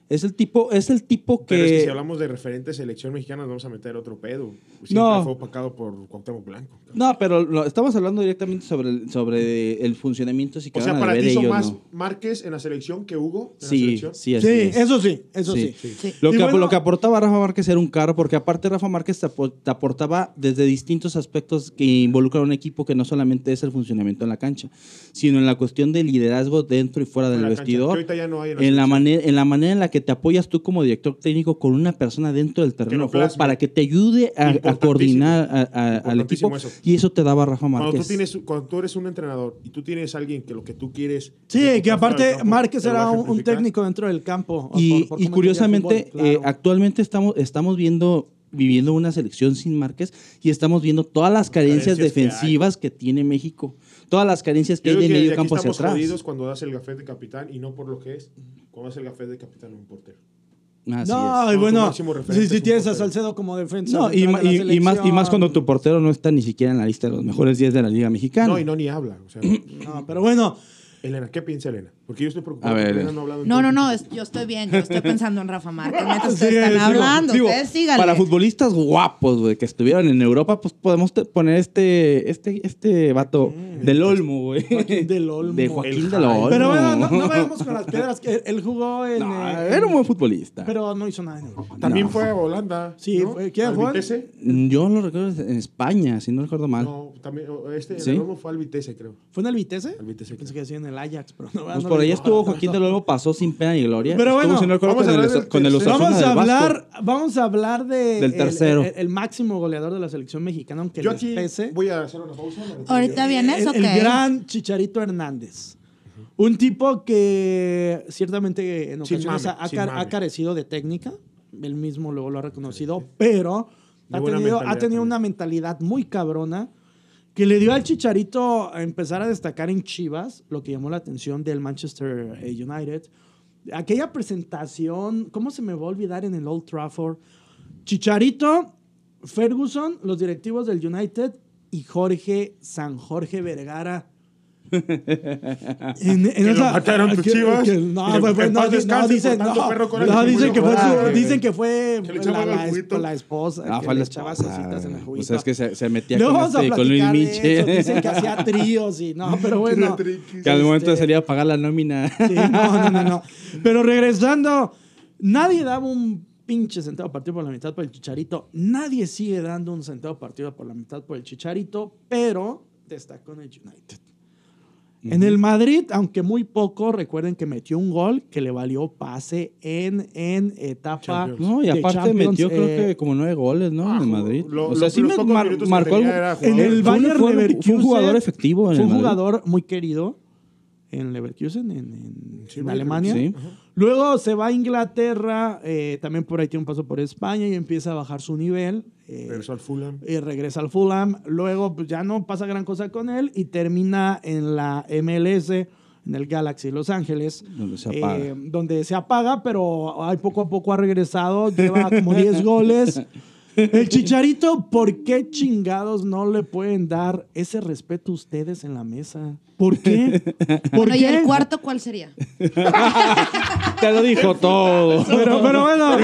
Es el tipo, es el tipo que,
Pero es que si hablamos de referente selección mexicana, nos vamos a meter otro pedo. Siempre
No.
fue opacado por Cuauhtémoc Blanco.
no, pero lo- estamos hablando directamente sobre el, sobre el funcionamiento si
O
quedaron
sea,
a
para
deber
ti son
ellos,
más
no.
Márquez en la selección que Hugo en la
Sí,
selección.
sí, así
sí,
es.
eso sí, eso sí.
Sí.
Sí.
Lo
Y
que, ap-
bueno-
lo que aportaba Rafa Márquez era un carro, porque aparte Rafa Márquez te, apo- te aportaba desde distintos aspectos que involucran a un equipo que no solamente es el funcionamiento en la cancha, sino en la cuestión de liderazgo dentro y fuera
Fue
del
la cancha,
vestidor.
que ahorita ya no hay en la
en la,
selección.
manera, en la manera en la que te apoyas tú como director técnico con una persona dentro del terreno de juego
plasme.
para que te ayude a- a,
Importantísimo.
coordinar a- a- al
Importantísimo
equipo.
eso.
Y eso te daba Rafa Márquez.
Cuando tú, tienes, cuando tú eres un entrenador y tú tienes alguien que lo que tú quieres.
Sí, que
ejecutar fuera del
aparte
campo,
Márquez
te lo va
era
a
un, un
ejemplificar.
técnico dentro del campo. o
Y,
por- por
y
cómo
curiosamente,
entendía el
eh,
fútbol, claro.
actualmente estamos, estamos viendo, viviendo una selección sin Márquez y estamos viendo todas las carencias,
carencias que hay.
defensivas que, tiene México. Todas las carencias que
Yo
hay de
creo que
medio
aquí
campo hacia
estamos
atrás.
jodidos cuando das el gafete de capitán y no por lo que es. Cuando das el gafete de capitán a un portero.
No,
Así es.
y
No, tu
bueno,
máximo referente
si,
es un
tienes a
portero.
Salcedo como defensa.
No, y,
central
ma-
de la
y- y más, y más
selección.
cuando tu portero no está ni siquiera en la lista de los mejores 10 de la Liga Mexicana.
No, y no ni habla. O sea,
No, pero
[LAUGHS]
bueno,
Elena, ¿qué piensa Elena? Porque yo estoy preocupado.
A ver, eh.
porque
Elena.
Elena no, ha hablado en
No,
todo
no,
el
no,
tiempo.
es- yo estoy bien,
[LAUGHS]
yo estoy pensando en Rafa Márquez. Mientras ustedes
Sí,
están
digo,
hablando,
Digo,
ustedes síganle.
Para futbolistas guapos, güey, que estuvieron en Europa, pues podemos te- poner este, este, este vato del Olmo, güey.
Joaquín del Olmo.
[LAUGHS] De Joaquín
El
del
Jaime.
Olmo.
pero bueno, no, no [LAUGHS] vayamos con las piedras. que Él, él jugó en.
No,
eh,
era un buen futbolista.
Pero no hizo nada en Europa.
También
No.
fue a Holanda.
Sí,
¿no?
fue- ¿quién
Al
fue?
Vitesse.
Yo lo recuerdo en España, si no recuerdo mal.
No, también. Este,
¿Sí?
el Romo fue al Vitesse, creo.
¿Fue en el Vitesse?
Al Vitesse,
Pensé
creo.
que decía en el Ajax, pero no.
pues
no
por
le-
allá estuvo Joaquín del Olmo, pasó sin pena ni gloria.
Pero
Estuvo,
bueno,
si no recuerdo,
vamos a
con el,
hablar del
Osa- con el
tercero.
Osasuna
Vamos a,
del Vasco.
hablar, vamos a hablar de
Del
el-
tercero.
El, el máximo goleador de la selección mexicana, aunque
Yo
les
aquí
pese.
voy a hacer una pausa.
Ahorita vienes
el,
o
el
qué?
gran Chicharito Hernández. Un tipo que ciertamente en
Sin
ocasiones
mame,
ha,
sin
ha-
mame.
ha carecido de técnica, él mismo luego lo ha reconocido, pero
De
ha
buena
tenido, ha
mentalidad
tenido
también.
una mentalidad muy cabrona que le dio al Chicharito a empezar a destacar en Chivas, lo que llamó la atención del Manchester eh, United. Aquella presentación, ¿cómo se me va a olvidar en el Old Trafford? Chicharito, Ferguson, los directivos del United y Jorge San Jorge
[LAUGHS]
Vergara. En- en
Que lo mataron tus
que-
Chivas,
que-
y
no,
que
pues,
en
pues, no,
paz
di- no,
descanse por
dicen,
tanto
no,
perro coraje
no,
Ah, que
dicen
murió
que fue
por
su-
hambre.
dicen que fue
Que le
la,
echaban al
la
juguito.
esp- la esposa,
Ah,
que
fue
le
la
echaba
esposa,
cositas en el
güey. O
juguito.
sea, es que se, se metía
Luego
con,
vamos a
este, con
platicar
Luis
de
Miche.
eso, dicen que hacía tríos y no, pero bueno.
[LAUGHS] Que al momento
Este,
sería pagar la nómina.
Sí, no, no, no,
[LAUGHS]
no. Pero regresando, nadie daba un pinche centavo partido por la mitad por el Chicharito. Nadie sigue dando un centavo partido por la mitad por el Chicharito, pero destacó en el United. En el Madrid, aunque muy poco, recuerden que metió un gol que le valió pase en, en etapa.
Champions.
No, y
pues, de
aparte
Champions,
metió
eh,
creo que como nueve goles, ¿no?
Ah,
en el
jugó-
Madrid.
lo-
o sea,
lo-
sí
los
me
pocos
mar-
minutos que
marcó
tenía
algo-
era jugador.
En el
Fue
Bayern
un- fue un- fue un
Leverkusen.
jugador efectivo
Fue
en
un
el Madrid.
jugador muy querido. en Leverkusen, en, en-
Sí,
en
güey,
Alemania.
sí.
Luego se va a Inglaterra, eh, también por ahí tiene un paso por España y empieza a bajar su nivel. eh,
Regresó al Fulham.
y regresa al Fulham. Luego pues, ya no pasa gran cosa con él y termina en la MLS, en el Galaxy Los Ángeles. eh,
Donde se apaga.
donde se apaga, pero ay, poco a poco ha regresado. Lleva como
[LAUGHS]
10 goles. El Chicharito, ¿por qué chingados no le pueden dar ese respeto ustedes en la mesa? ¿Por qué? ¿Por
Bueno, ¿y
qué?
el cuarto cuál sería?
Te lo
[LAUGHS]
dijo todo.
Pero, pero bueno,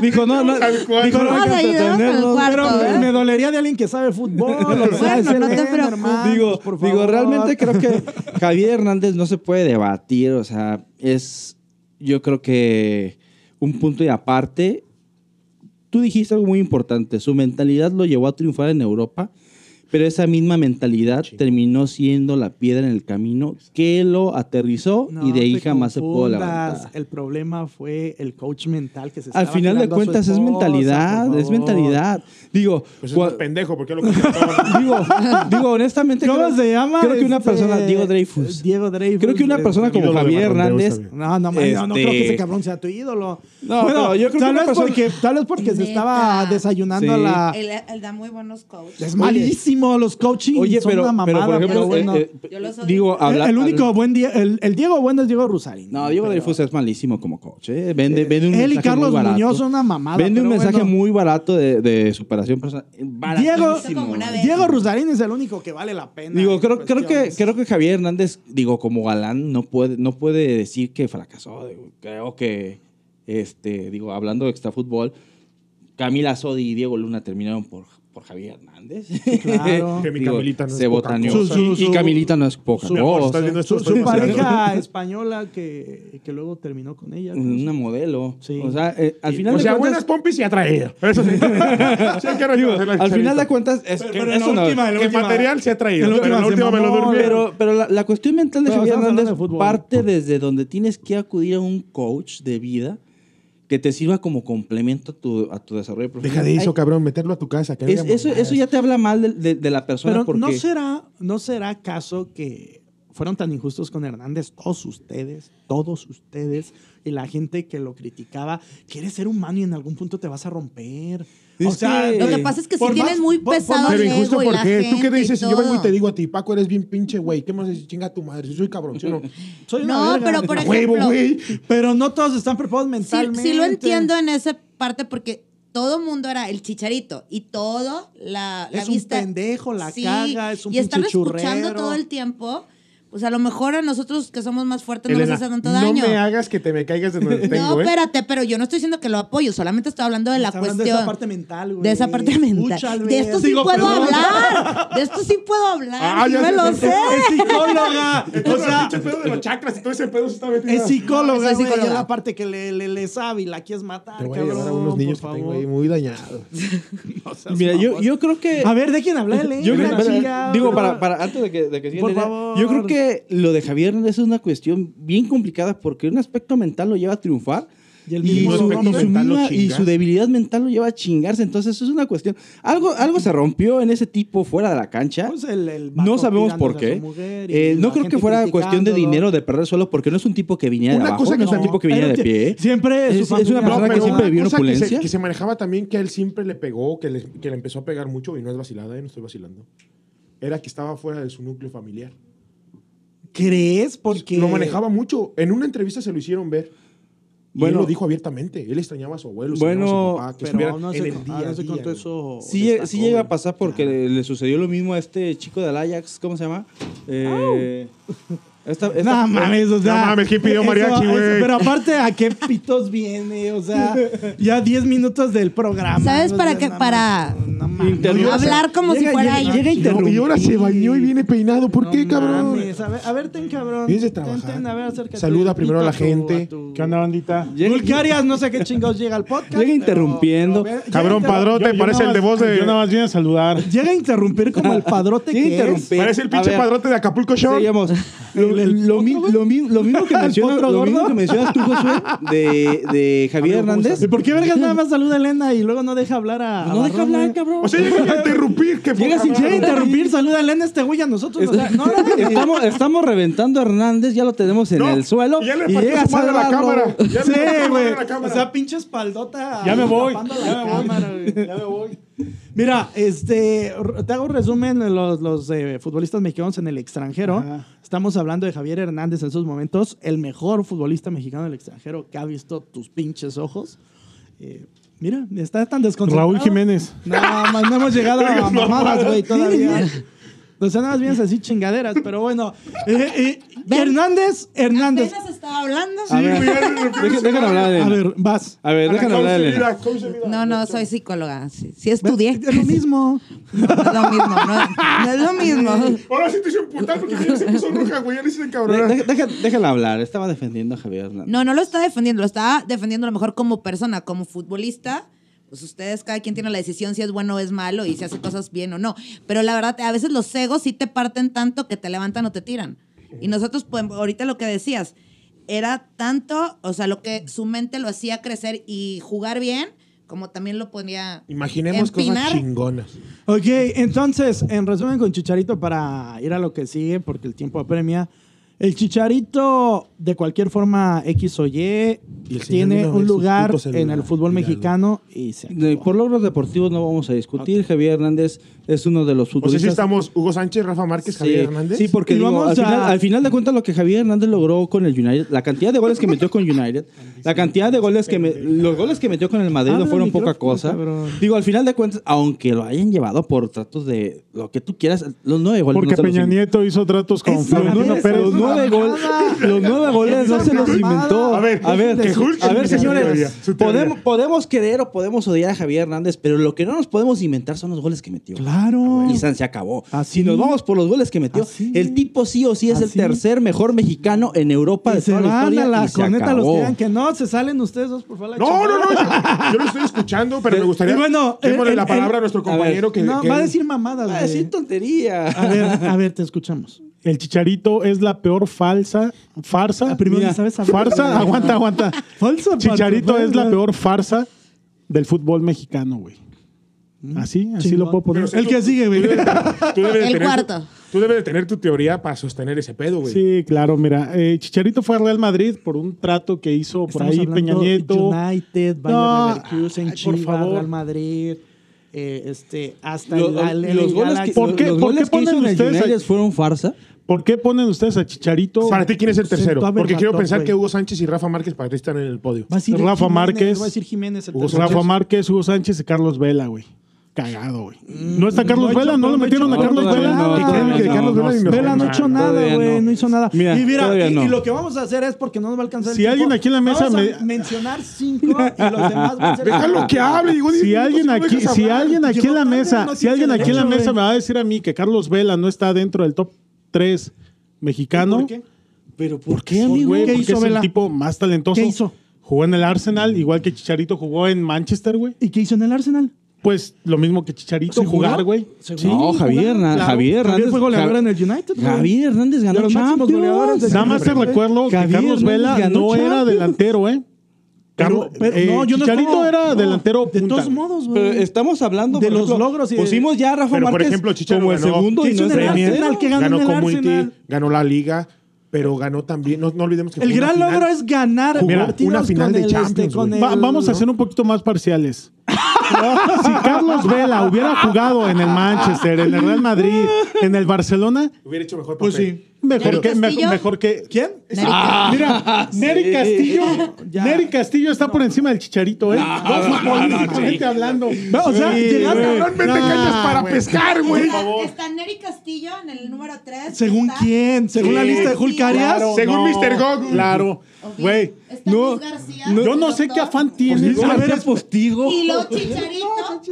Dijo, no, no. Dijo, no,
Vamos
hay
a
que
ayudarnos al
entretenerlos.
cuarto.
pero
¿eh?
me dolería de alguien que sabe fútbol. O sea,
Bueno,
es el
no te
Ender,
preocupes.
hermanos,
digo,
por
digo,
favor.
realmente creo que Javier Hernández no se puede debatir, o sea, es yo creo que un punto y aparte. Tú dijiste algo muy importante, su mentalidad lo llevó a triunfar en Europa, pero esa misma mentalidad terminó siendo la piedra en el camino que lo aterrizó
No
y de
te
ahí jamás se pudo
confundas.
levantar.
El problema fue el coach mental que se
Al
estaba
final de
tirando a su
cuentas es
esposa,
mentalidad,
por
es
favor.
mentalidad. Digo,
Pues es
cua-
más pendejo, porque lo contrataron.
digo, digo, honestamente
¿Cómo
creo-
se llama?
Creo que una
Este,
persona Diego Dreyfus.
Diego Dreyfus.
Creo que una
Este,
persona como
ídolo de
Javier
Barrondeu
Hernández.
también.
No, no, man, no, no
Este-
creo que ese cabrón sea tu ídolo.
No, pero yo creo que
tal
una
vez
persona-
porque, tal vez porque se
Neta.
estaba desayunando
Sí.
la...
Él, él da muy buenos coaches.
Es malísimo, los coaching
Oye,
son
pero,
una
pero,
mamada,
por ejemplo,
pero
yo
bueno.
sé.
eh, eh,
Yo los odio.
digo, habla-
el único buen día, el, el Diego bueno es Diego Rusarín.
No, Diego
Pero-
Dreyfus es malísimo como coach. ¿eh? Vende, vende un
Él y
mensaje
Carlos
muy barato.
Muñoz son una mamada.
Vende un
pero
mensaje
bueno.
muy barato de, de superación personal. Baratísimo.
Hizo
como una vez.
Diego Rusarín es el único que vale la pena.
Digo,
en
creo, creo, que,
cuestiones.
creo que Javier Hernández, digo, como galán, no puede, no puede decir que fracasó. Digo, Creo que, este, digo, hablando de extrafútbol, Camila Sodi y Diego Luna terminaron por, por Javier Hernández. [LAUGHS]
Claro.
Que mi Camilita no es
se
poca
botaneó.
cosa. Su- su-
y, y Camilita no es poca
su-
Mi amor, si estás
cosa.
viendo esto,
Su, su
estoy emocionado.
pareja
[LAUGHS]
española que, que luego terminó con ella. ¿cómo se
Una modelo.
Sí.
O sea, eh, al
Sí.
final
O
de
sea,
cuentas-
buenas pompis y atraída. Eso [LAUGHS] sí. Sí, hay que reconocerla,
Al final
Chicharito.
de cuentas, es
Pero-
que
pero en
eso
la
no-
última-
Que material se ha traído.
en la
Pero en la
última
última
se
me lo
mamó,
durmieron.
Pero, pero la, la cuestión mental de
Pero
Javier
estamos hablando
Hernández
de fútbol.
parte desde donde tienes que acudir a un coach de vida que te sirva como complemento a tu, a tu desarrollo
Deja
profesional.
de eso,
Ay,
cabrón. Meterlo a tu casa. que
es-
hagamos
eso,
nada.
eso ya te habla mal de, de- de la persona
Pero
porque...
¿no, será, ¿no será caso que fueron tan injustos con Hernández todos ustedes, todos ustedes, y la gente que lo criticaba? Que eres ser humano y en algún punto te vas a romper. o
Es
sea,
que-
Lo que pasa es que si
Por más-
tienes muy
por- por
pesado
más-
Pero
el ego
injusto
y la
porque tú
gente
qué dices,
y
yo vengo y te
todo.
digo a ti, Paco, eres bien pinche, güey. ¿Qué más dices? Chinga tu madre. Yo soy cabrón, ¿sí o no?
soy una
No,
verga.
pero por
A
Huevo,
ejemplo,
güey.
Pero no todos están preparados
Sí,
mentalmente.
sí lo entiendo en esa parte porque todo mundo era el chicharito y todo la, la
Es un
vista.
pendejo, la caga, es un
Y estarlo
pinche
escuchando
churrero.
todo el tiempo, pues a lo mejor a nosotros que somos más fuertes no
Elena,
nos hace tanto
no
daño.
me hagas que te me caigas de donde tengo,
[LAUGHS] no,
¿eh?
espérate, pero yo no estoy diciendo que lo apoyo, solamente estoy hablando de la
Está hablando
cuestión.
de esa parte mental, güey.
De esa parte mental.
Escucha,
De esto sí
Alberto.
puedo
Digo, perdón.
hablar. ¿eh? De esto sí puedo hablar.
Ah,
sí
ya
me
sé,
lo
ya sé.
sé.
[LAUGHS] Es psicóloga. o sea,
pinche pedo de los chakras y todo ese pedo se está metiendo.
es
No,
psicóloga,
soy
güey. Es
psicóloga.
la parte que le, le, le sabe y la quieres matar,
Te voy a
cabrón.
llevar a unos niños que
por
tengo
favor.
ahí muy dañados.
No seas
Mira, yo,
mamón.
yo creo que...
A ver, dejen hablar eh, Elena,
Yo creo-
chingado.
digo, para, para- antes de que, de que siga
Por
la idea,
favor.
yo creo que lo de Javier Hernández es una cuestión bien complicada porque un aspecto mental lo lleva a triunfar
Y el
y
mismo
su,
aspecto
y su
mental lo
misma- y
chinga.
su debilidad mental lo lleva a chingarse. Entonces, eso es una cuestión. Algo, algo se rompió en ese tipo fuera de la cancha.
Pues el- el vato
No sabemos
tirándose
por
a
qué.
su mujer y
Eh,
la
no creo que
gente
fuera cuestión de
criticándolo.
dinero de perder suelo porque no es un tipo que viniera de
Una
abajo.
cosa que
no es un
no,
tipo que viniera de
pero
pie. ¿eh?
siempre
Es-
su
es
familia-
una persona
No,
que
pero
siempre
una
vivió en
cosa que se-
opulencia.
Que se manejaba también que a él siempre le pegó, que le, que le empezó a pegar mucho y no es vacilada, eh, no estoy vacilando. Era que estaba fuera de su núcleo familiar.
¿Crees? Porque...
Lo manejaba mucho. En una entrevista se lo hicieron ver.
Bueno.
Bueno, él lo dijo abiertamente. Él extrañaba a su abuelo,
Bueno,
extrañaba a su papá, que
Pero
estuviera
aún no
en
se,
el día
aún
a
no se
día,
contó
güey.
eso.
Sí,
de
lle-
esta
sí llega a
joven.
pasar porque le, le sucedió lo mismo a este chico del Ajax. ¿Cómo se llama? Eh, esta- esta-
No mames, o sea.
No mames, ¿quién pidió
eso-
mariachi,
eso-
güey?
Pero aparte, ¿a qué pitos viene? O sea, ya 10 minutos del programa.
¿Sabes
o
para
sea,
qué?
no
Para
mames, no mames.
Interior-
hablar como si
Llega-
fuera
llega-
ella.
llega a
No, y ahora se
interrumpir.
bañó y viene peinado. ¿Por
No
qué, cabrón?
mames, A ver, a ver, ten cabrón.
Vienes de
Ten,
trabajar.
ten, a ver, acércate
Saluda primero a la
tu-
gente.
tu-
¿Qué onda, bandita?
Llega-
Dulcarias, no sé qué chingados llega al podcast.
Llega interrumpiendo.
pero- pero-
Cabrón,
llega a interrum-
padrote,
Yo- yo
parece
nada
el de
más-
voz de.
Yo nada más vine a saludar.
Llega a interrumpir como el padrote
Llega a
que es.
interrumpir.
Parece el
A
pinche
ver.
padrote de Acapulco Shore. [LAUGHS]
Seguimos. Lo, lo mi- lo mi- lo mismo que mencionas,
potro
lo mismo
gordo?
que mencionas tú, Josué, de, de Javier Hernández. pues,
¿Y por qué vergas nada más saluda a Elena y luego no deja hablar a.
No deja
Barrón,
hablar,
eh?
cabrón.
O sea, llega a interrumpir. Que
Llega sin querer
Claro.
interrumpir, saluda a Elena este güey, a nosotros. nos
Está-
ignora, güey.
[LAUGHS]
[LAUGHS]
estamos, estamos reventando a Hernández, ya lo tenemos en
No,
el suelo.
ya le
y
partió
llega
su madre a la
salvarlo.
cámara. Ya
Sí,
le partió su madre
güey.
a la cámara.
O sea, pinche espaldota.
Ya me
ahí
voy,
tapando
ya
la
me voy.
cámara,
[LAUGHS]
güey. Mira, este, r- te hago un resumen de los, los eh, futbolistas mexicanos en el extranjero.
Ajá.
Estamos hablando de Javier Hernández en esos momentos, el mejor futbolista mexicano del extranjero que ha visto tus pinches ojos. Eh, mira, está tan desconcentrado.
Raúl Jiménez.
No, más no hemos llegado
[LAUGHS]
a mamadas, güey, todavía. O sea, nada más vienes así chingaderas, pero bueno. Eh, eh, Hernández, Hernández.
Apenas estaba hablando.
A ver,
güey, ya le interrumpí
dejen-
su
dejen
madre.
hablar a
A
Elena.
ver, vas.
A ver,
A la
dejen hablar eh. a
causa
Elena.
vida, causa vida.
No, no, soy psicóloga. Sí, sí estudié.
Es lo mismo.
[LAUGHS] No es lo mismo. No, no es lo
[LAUGHS]
mismo.
Ahora sí te hice emputar porque se puso roja, güey. Ya le hice encabronar.
De- de- dejen- Déjenla hablar. Estaba defendiendo a Javier Hernández.
No, no lo está defendiendo. Lo está defendiendo a lo mejor como persona, como futbolista. Pues ustedes, cada quien tiene la decisión si es bueno o es malo y si hace cosas bien o no. Pero la verdad, a veces los egos sí te parten tanto que te levantan o te tiran. Y nosotros, pues, ahorita lo que decías, era tanto, o sea, lo que su mente lo hacía crecer y jugar bien, como también lo ponía.
Imaginemos cosas
Empinar.
chingonas.
Ok, entonces, en resumen con Chicharito para ir a lo que sigue, porque el tiempo apremia. El Chicharito, de cualquier forma X o Y,
Y el señor
tiene
vino a ver
un
su
lugar
puto celular,
en el fútbol
míralo.
mexicano y se
De-
acabó.
por logros deportivos no vamos a discutir. Javier Hernández es uno de los
O sea,
futbolistas.
sí estamos Hugo Sánchez, Rafa Márquez,
Sí,
Javier Hernández.
Sí, porque
Y
digo,
vamos
al,
a-
final, al final de cuentas lo que Javier Hernández logró con el United, la cantidad de goles que metió con United, la cantidad de goles que me- los goles que metió con el Madrid
Habla
no
al
fueron poca
micrófono,
cosa.
cabrón.
Digo, al final de cuentas, aunque lo hayan llevado por tratos de lo que tú quieras, los nueve goles
Porque
no se los
Peña
in-
Nieto hizo tratos con
Esa
Florentino
vez,
Pérez.
Los nueve, gol- los nueve goles no se los inventó.
A ver,
a ver,
que Hulk-
a ver,
su teoría,
señores,
su teoría.
podemos, podemos querer o podemos odiar a Javier Hernández, pero lo que no nos podemos inventar son los goles que metió.
Claro.
Y San se acabó.
Así.
Si nos vamos por los goles que metió,
Así.
el tipo sí o sí es el
Así.
tercer mejor mexicano en Europa
Ah, Y
de
se
toda la
van
historia.
a la
y se
coneta los
acabó.
que digan que no, se salen ustedes dos, por favor. la
No,
chingada.
no, no. Yo, yo lo estoy escuchando, pero me gustaría.
y bueno, el-
démosle
el-
la palabra
el-
a nuestro
a
compañero
ver,
que,
No,
que-
va a decir mamadas,
Va a
Ah,
güey. Ah,
decir Ah, tontería.
A ver, a ver, te escuchamos.
El chicharito es la peor falsa, farsa.
Ah, primero ni sabes hablar.
farsa, aguanta, aguanta.
Falsa
Chicharito
parte,
es la
falsa.
peor farsa del fútbol mexicano, güey. Así, así
Chingón.
lo puedo poner.
El que sigue, güey.
[LAUGHS] tú debes de
El
tener-
cuarto.
Tú debes de tener tu teoría para sostener ese pedo, güey.
Sí, claro, mira. eh, Chicharito fue al Real Madrid por un trato que hizo [LAUGHS] por
Estamos
ahí
hablando
Peña Nieto.
United, Bayern
No,
Leverkusen,
ay, por
Chivas,
favor.
Real Madrid, eh, este, hasta
Lo-
el, la-
los,
el
goles que,
Galaxy.
¿Por qué-
los
por qué
goles que hizo
ponen
en el
ustedes
United
ahí?
fueron farsa.
¿Por qué ponen ustedes a Chicharito?
Para ti, ¿quién es el tercero?
Sentó a
Porque quiero
Berbatov,
pensar
güey.
que Hugo Sánchez y Rafa Márquez para ti están en el podio.
Va a decir
Rafa
Jiménez,
Márquez.
Va a decir Jiménez. el
Hugo
tercero.
Rafa Márquez, Hugo Sánchez y Carlos Vela, güey. Cagado, güey. No está Carlos
Mm. no he
Vela,
hecho-
no lo
no he
metieron a
hecho-
Carlos
no, todavía
Vela.
no,
¿Y creen
todavía
que
no,
no,
Carlos Vela ni
no,
nos-
Vela no ha hecho nada,
Todavía
güey. No.
no.
hizo nada.
Mira,
y mira,
todavía
y,
no.
y lo que vamos a hacer es porque no nos va a alcanzar el
Si
tiempo,
alguien aquí en la mesa
vamos a
me-
mencionar cinco y los demás van a ser.
Déjalo que hable. digo,
Si
digo,
alguien
no sé,
aquí,
dejas
si
hablar.
alguien aquí en la
Llegó tarde,
mesa,
no
si
tiene
alguien aquí en la
derecho,
mesa
güey.
me va a decir a mí que Carlos Vela no está dentro del top 3 mexicano.
¿Por qué?
Pero
¿Por qué,
Pues,
amigo?
güey,
porque
¿qué hizo
es
Vela?
el tipo más talentoso.
¿Qué hizo?
Jugó en el Arsenal, igual que Chicharito jugó en Manchester, güey.
¿Y qué hizo en el Arsenal?
Pues lo mismo que Chicharito,
¿Se
jugar,
jugó?
güey.
¿Se
Sí.
no, Javier, Hernan-
Claro.
Javier Hernández.
fue goleador
Jav-
en el United. güey.
Javier Hernández
De
ganó
los máximos goleadores de-
Champions.
Nada más te
Javier
recuerdo que
Hernández
Carlos Vela
ganó
no era
Champions.
delantero, ¿eh?
Pero,
Carlos-
pero-
eh,
no, yo no
Chicharito
como-
era
no,
delantero
De
punta,
todos
güey.
modos,
Pero
güey.
estamos hablando
De
por
los
ejemplo,
logros y de-
Pusimos ya a Rafa
Pero, por
Márquez
ejemplo, Chicharo
como el
ganó-
segundo
¿Qué
y
hizo
no
en
es
el
delantero.
Arsenal? ¿Qué ganó
ganó
en el
Community,
Arsenal?
ganó la Liga, pero ganó también. No, no olvidemos que.
El
fue una
gran
final.
logro es ganar
Jugó
partidos
una final
con
de
el, este,
Champions,
con
güey.
el-
Va- vamos a ser un poquito más parciales. si Carlos Vela hubiera jugado en el Manchester, en el Real Madrid, en el Barcelona,
Hubiera hecho mejor papel.
Pues sí.
mejor
¿Neri
que, me-
Castillo?
mejor que.
¿Quién?
Ah, Mira, Neri Castillo.
Ya.
Neri Castillo está por encima del chicharito, ¿eh?
No, no, no,
Futbolísticamente hablando.
o sea, llegaste a hablar-
Realmente cañas para pescar, güey.
Está, está Neri Castillo en el número 3.
¿Según quién? ¿Según la
Sí,
lista de Hulk
claro.
Arias?
Según Mr. Gog.
Claro. Güey.
Está
No,
Luis García,
no- yo no
el
sé
doctor.
qué afán tienes.
A ver,
postigo.
Y luego Chicharito.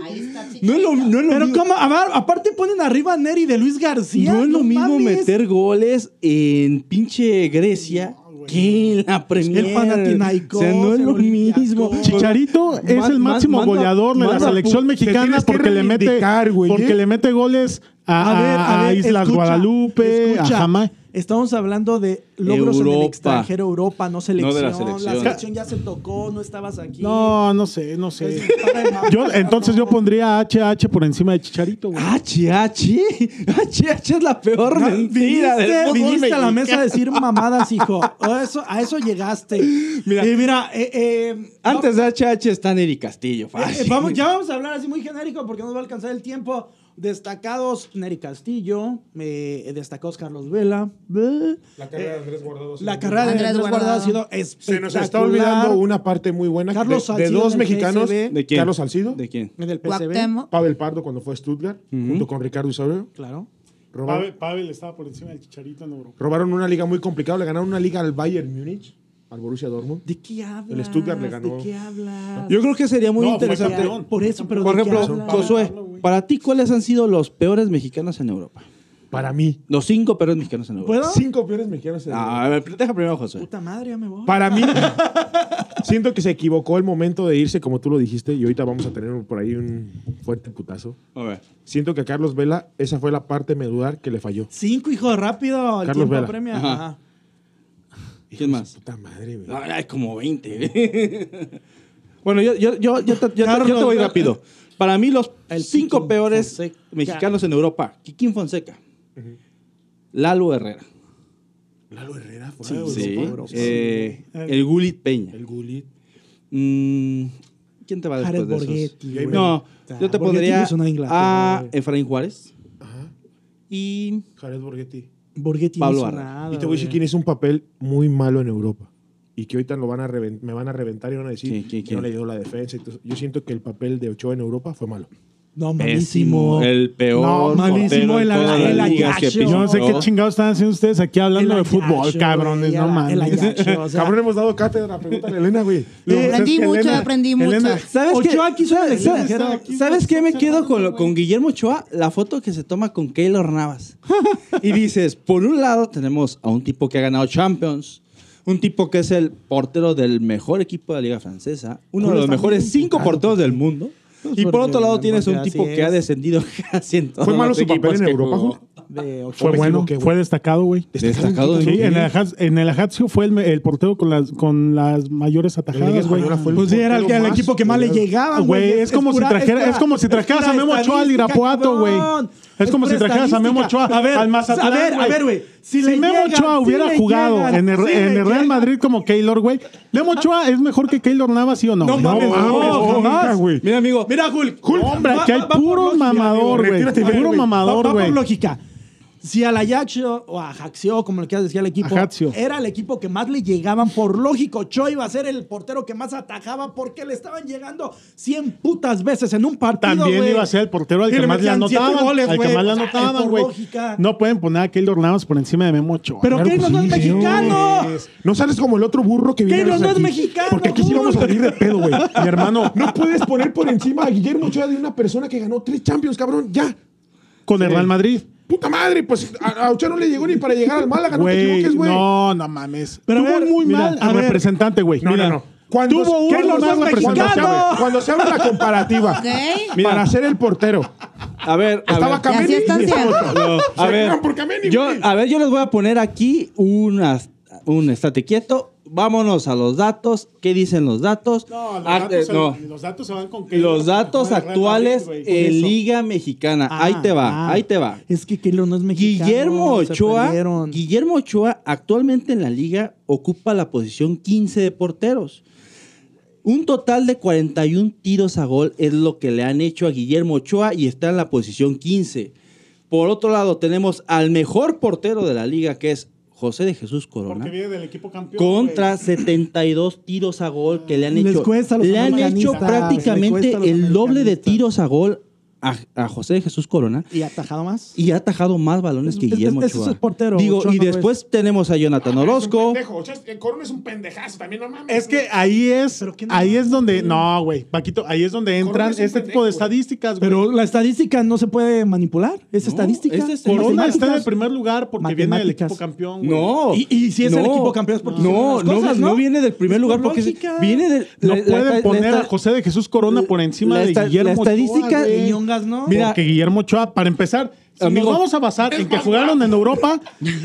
Ahí está Chicharito.
No es lo, no es lo
Pero
mismo.
cómo, a ver, aparte ponen arriba a Neri de Luis García.
No es lo mismo
mames.
meter goles en pinche Grecia que en la Premier.
Panathinaikos,
O sea, no es
el
lo
Olympiacos.
mismo.
Chicharito es
Man-
el
man-
máximo
manda-
goleador de la
manda
selección
pu-
mexicana
tienes que
porque le mete
reivindicar, güey, ¿eh?
porque le mete goles a,
A ver, a
a
ver,
Islas
escucha,
Guadalupe,
escucha.
a Jamaica.
Estamos hablando de logros en el
Europa.
extranjero, Europa, no selección.
de la
la, selección.
selección.
ya se tocó, no estabas aquí.
No, no sé, no
Pues,
sé.
para de mamar,
[LAUGHS] Yo, entonces yo
cabrón.
pondría HH por encima de Chicharito,
Ah,
güey.
H, H. H, H es la peor
No,
mentira del
viniste,
fútbol
viniste a la mesa a
mexicano.
decir mamadas, hijo. A eso, a eso llegaste.
Mira.
y mira, eh, eh,
Antes de HH están Eric Castillo,
Eh, eh,
fácil.
vamos, ya vamos a hablar así muy genérico porque no nos va a alcanzar el tiempo. Destacados Nery Castillo, eh, destacados Carlos Vela. eh,
La carrera de Andrés Guardado.
la carrera de
Andrés
Andrés Guardado.
Guardado.
ha sido
Se
espectacular.
nos está olvidando una parte muy buena
Carlos
de- de,
Salcido
dos
en el
mexicanos.
PSV.
¿De quién?
Carlos Salcido,
¿De quién?
En el PCB.
Cuauhtémoc.
Pavel Pardo cuando fue a Stuttgart, junto con Ricardo Isabel.
Claro.
Pavel, Pavel estaba por encima del Chicharito en Europa.
Robaron una liga muy complicada, le ganaron una liga al Bayern Múnich, al Borussia Dortmund.
¿De qué hablas?
Stuttgart le ganó.
¿De qué hablas?
Yo creo que sería muy
No, fue
interesante.
campeón.
Por eso, pero
Por
¿de qué
ejemplo,
hablas?
Josué, para ti, ¿cuáles han sido los peores mexicanos en Europa?
Para mí,
Los cinco peores mexicanos en Europa.
¿Puedo?
cinco peores mexicanos en
Ah, a ver, deja primero a Josué.
Puta madre, ya me voy.
Para mí, siento que se equivocó el momento de irse, como tú lo dijiste, y ahorita vamos a tener por ahí un fuerte putazo.
A ver.
Siento que a Carlos Vela, esa fue la parte medular que le falló.
Cinco, hijo, rápido. El
Carlos
tiempo
Vela.
apremia.
Ajá.
Ajá.
¿Quién más?
Puta madre, güey.
Hay como 20. [LAUGHS] bueno, yo, yo, yo, yo te, yo te- yo te voy rápido. Para mí, los
El
cinco
Kikín
peores
Fonseca.
mexicanos en Europa. Kikín Fonseca. Lalo Herrera.
Lalo Herrera fue
Sí,
a Europa,
Sí.
bro.
Eh, el Gulit Peña.
El Gullit.
Mm, ¿Quién te va después
Jared
de esos?
Borghetti. güey.
No, yo te
Borghetti
pondría
le sonó a Inglaterra,
a
güey.
Efraín Juárez
Ajá.
y
Jared Borghetti.
Borghetti
Pablo
no hizo
Arraya.
nada,
Y te voy a decir
güey.
quién es un papel muy malo en Europa. Y que ahorita lo van a reven- me van a reventar y van a decir
¿Quién, quién,
que
quién?
no le ayudó la defensa. y todo eso. Yo siento que el papel de Ochoa en Europa fue malo.
No, malísimo.
El
No,
peor.
malísimo,
portero
el
en todas
Aga-
las
el
ligas que
Agacho.
Yo no sé
pisó.
qué chingados están haciendo ustedes aquí hablando
El
de fútbol,
Ayacho,
cabrones,
güey,
no
el
mames.
Ayacho, o sea,
Cabrón, hemos dado cátedra. Pregúntale a Elena, güey.
No, pues
Aprendí
es que
mucho, aprendí mucho.
¿Sabes qué?
Ochoa quiso
¿Sabes,
elegir a
sabes-
Gerardo.
sabes qué? Me quedo con, lo- con Guillermo Ochoa, la foto que se toma con Keylor Navas. Y dices, por un lado tenemos a un tipo que ha ganado Champions, un tipo que es el portero del mejor equipo de la Liga Francesa, uno de
Julio
los
está
mejores
muy
cinco
criticado,
porteros del mundo.
Pues
Y por
porque-
otro lado tienes un
porque
tipo
así
que ha
es.
descendido [LAUGHS] casi en todos
¿Fue malo
los
su papel
equipos
en
que
Europa,
jugó.
Juan?
de Ochoa.
Fue
me
bueno,
equivoqué, güey.
fue destacado, güey.
Destacado.
Sí,
¿no?
en el, Ajaz- en el Ajaccio fue el, me- el portero con las, con las mayores atajadas, güey.
española fue el
Pues sí,
Era el,
portero
el equipo que más le
goleado.
llegaba,
Güey,
güey.
es, como
pura-
si trajera, es,
pura-
como si trajeras a
pura
Memo Ochoa al
estadística,
Irapuato, güey.
cabrón.
Es como si
pura
trajeras a Memo
estadística.
Ochoa
A ver,
al Mazatlán.
a ver, a ver, güey.
Si,
Si le
Memo
llegan,
Ochoa
si
hubiera
le
jugado
llegan,
en, el,
si
en
le
el Real
llegan.
Madrid como Keylor, güey. Memo Ochoa es mejor que Keylor Navas, ¿sí o no?
No mames, no,
nunca,
jamás.
güey.
Mira, amigo.
Mira, Hulk.
Hulk, hombre,
va-
aquí hay
va- va
puro
por lógica,
mamador,
amigo.
güey.
Retírate,
Puro
güey.
mamador,
Va- va
güey.
por lógica. Si al Ayacho o a Jaxio, como le quieras decir al equipo,
Ajaccio.
era el equipo que más le llegaban, por lógico, Ochoa iba a ser el portero que más atajaba porque le estaban llegando 100 putas veces en un partido.
También
güey.
iba a ser el portero al
Y
que más le
metían
anotaban.
siete goles,
al que
güey.
más le
O sea,
anotaban,
por
güey.
lógica.
No pueden poner a Keylor Navas por encima de Memo Ochoa.
Pero
Claro que
Keylor no es
sí.
mexicano.
No sales como el otro burro que viene.
Keylor
a
no es
aquí.
mexicano,
Porque aquí sí
burro.
vamos a salir de pedo, güey. Mi hermano, no puedes poner por encima a Guillermo Ochoa de una persona que ganó tres Champions, cabrón. Ya.
Con el Real Madrid.
Puta madre, pues a, a Ochoa no le llegó ni para llegar al Málaga, no te
Güey,
equivoques, güey.
no, no mames.
Pero a
Tuvo
ver,
muy
mira,
mal
a
al
ver.
representante, güey.
No,
Mira,
no, no. Cuando,
Tuvo uno
Keylor
más
no es
representante.
mexicano. Cuando se abre- Cuando se abre la
[LAUGHS]
comparativa
Ok.
Mira.
para ser el portero.
A ver, a ver.
Estaba
Y
Kameni
así están
y estaba
siempre.
Ochoa.
No,
Se
a ver,
quejan por Kameni,
yo,
güey.
a ver, yo les voy a poner aquí una- un estate quieto. Vámonos a los datos. ¿Qué dicen los datos?
No, los,
Ah,
datos,
eh, no.
los datos se van con Keylor.
Los datos actuales en Liga Mexicana. ahí te va,
Ah,
ahí te va.
Es que Keylor no es mexicano.
Guillermo
se
Ochoa,
perdieron.
Guillermo Ochoa actualmente en la liga ocupa la posición 15 de porteros. Un total de 41 tiros a gol es lo que le han hecho a Guillermo Ochoa y está en la posición 15. Por otro lado, tenemos al mejor portero de la liga, que es José de Jesús Corona,
viene del equipo campeón.
contra 72 tiros a gol que le han
Les
hecho.
cuesta a los
Le han hecho
americanistas, les
prácticamente
cuesta a los
el doble de
americanistas.
tiros a gol a, a José de Jesús Corona.
¿Y atajado más?
Y ha atajado más balones que
Es- es-
Guillermo
ese Este es
Ochoa.
el portero,
Digo,
Ochoa
y
no
después tenemos a Jonathan Orozco.
pendejo. Ochoa es- eh, Corona es un pendejazo también, no mames.
Es que ahí es,
Pero ¿quién-
ahí es donde, no, güey, Paquito, ahí es donde entran
Corona es un
este tipo
pendejo,
de
güey.
estadísticas, güey.
Pero la estadística no se puede manipular. Es
No,
estadística.
es de-
Corona está en el
matemáticas.
primer lugar porque viene del
Matemáticas.
equipo campeón, güey.
No.
Y- y si es el equipo campeón es porque
no,
hicieron las
no,
cosas,
no
¿no?
viene del primer
Es
lugar
por
porque se-
lógica.
viene del
No
la- la-
pueden
la-
poner
la-
a José de Jesús Corona por encima
la
de
esta-
Guillermo
la estadística-
Ochoa, güey.
Iñonga pongas, ¿no?
Mira,
Porque Guillermo Ochoa, para empezar, si
Amigo.
nos vamos a basar en que jugaron
[LAUGHS]
en Europa,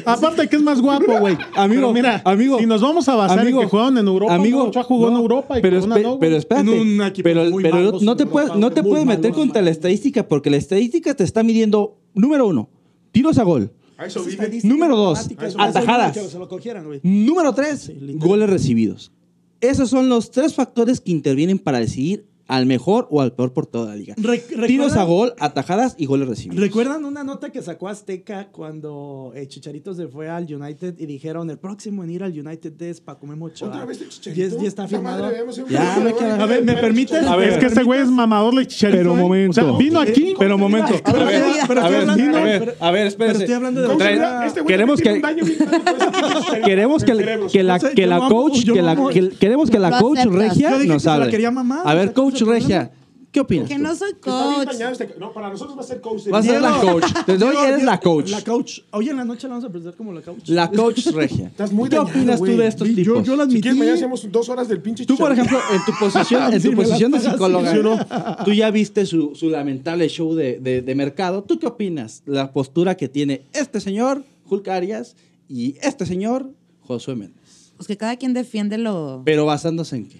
aparte que es más guapo, güey.
Amigo,
Pero mira,
amigo,
si nos vamos a basar
amigo,
en que jugaron en Europa, amigo, Ochoa jugó en
no,
Europa y
pero,
Corona
espe-
no, güey.
pero espérate,
En un equipo
pero,
muy
pero
malos,
no te
muy
puedes, no te
malos,
puedes
muy
meter
malos.
contra la estadística porque la estadística te está midiendo número uno, tiros a gol,
A eso
Esas
vive.
estadísticas
Número dos,
matemáticas,
atajadas.
que se lo cogieran, güey.
número tres, goles recibidos. Esos son los tres factores que intervienen para decidir al mejor o al peor por toda la liga.
Re-
Tiros
¿recuerdan-
a gol, atajadas y goles recibidos.
¿Recuerdan una nota que sacó Azteca cuando eh, Chicharito se fue al United y dijeron el próximo en ir al United es Paco Memo Ochoa"?
Otra vez el
Y,
chicharito.
es- y está
La madre,
firmado.
habíamos sido
Ya,
un-
me queda-
A ver, ¿me permites?
A ver, es que este güey es mamador de chicharito.
Pero
¿eh?
momento.
O sea, vino aquí.
Pero momento.
A ver, pero estoy- pero
A
estoy
ver,
hablando-
a ver, a ver, espérense.
Pero estoy hablando de-
¿Cómo se
Trae-
llama? Este güey
queremos
tiene
que
un daño bien grande, pues, este por eso tiene chicharito
queremos
en el
que,
cerebro.
que la
No sé,
que
yo
la
lo amo,
coach
yo
que
lo
la
amo.
que- queremos que la
Lo
coach
aceptas. Yo
regia
dije que
nos
se la
hable.
quería mamar,
a
o sea,
ver,
¿cuál es
coach
el problema?
regia, ¿qué opinas?
Que
tú?
no soy
Está bien
coach.
dañado este- No, para nosotros va a ser coach.
Vas a ser la
Diego,
coach.
[LAUGHS]
Desde hoy
Diego,
eres la
Diego,
coach.
La coach. Hoy en la noche la vamos a presentar como la coach.
La coach regia.
Estás muy
¿Qué
dañado,
opinas
güey.
tú de estos
Yo-
tipos?
yo lo
Si
admití.
quieres, mañana hacemos dos horas del pinche
[LAUGHS] Tú, por
chicharito.
ejemplo, en tu posición, en
Sí,
tu
me
posición
la
de
pagas,
psicóloga,
sí, sí,
tú ya viste su, su lamentable show de, de- de mercado. ¿Tú qué opinas? La postura que tiene este señor, Julio Arias, y este señor, Josué Méndez.
Pues que cada quien defiende lo
Pero basándose en qué.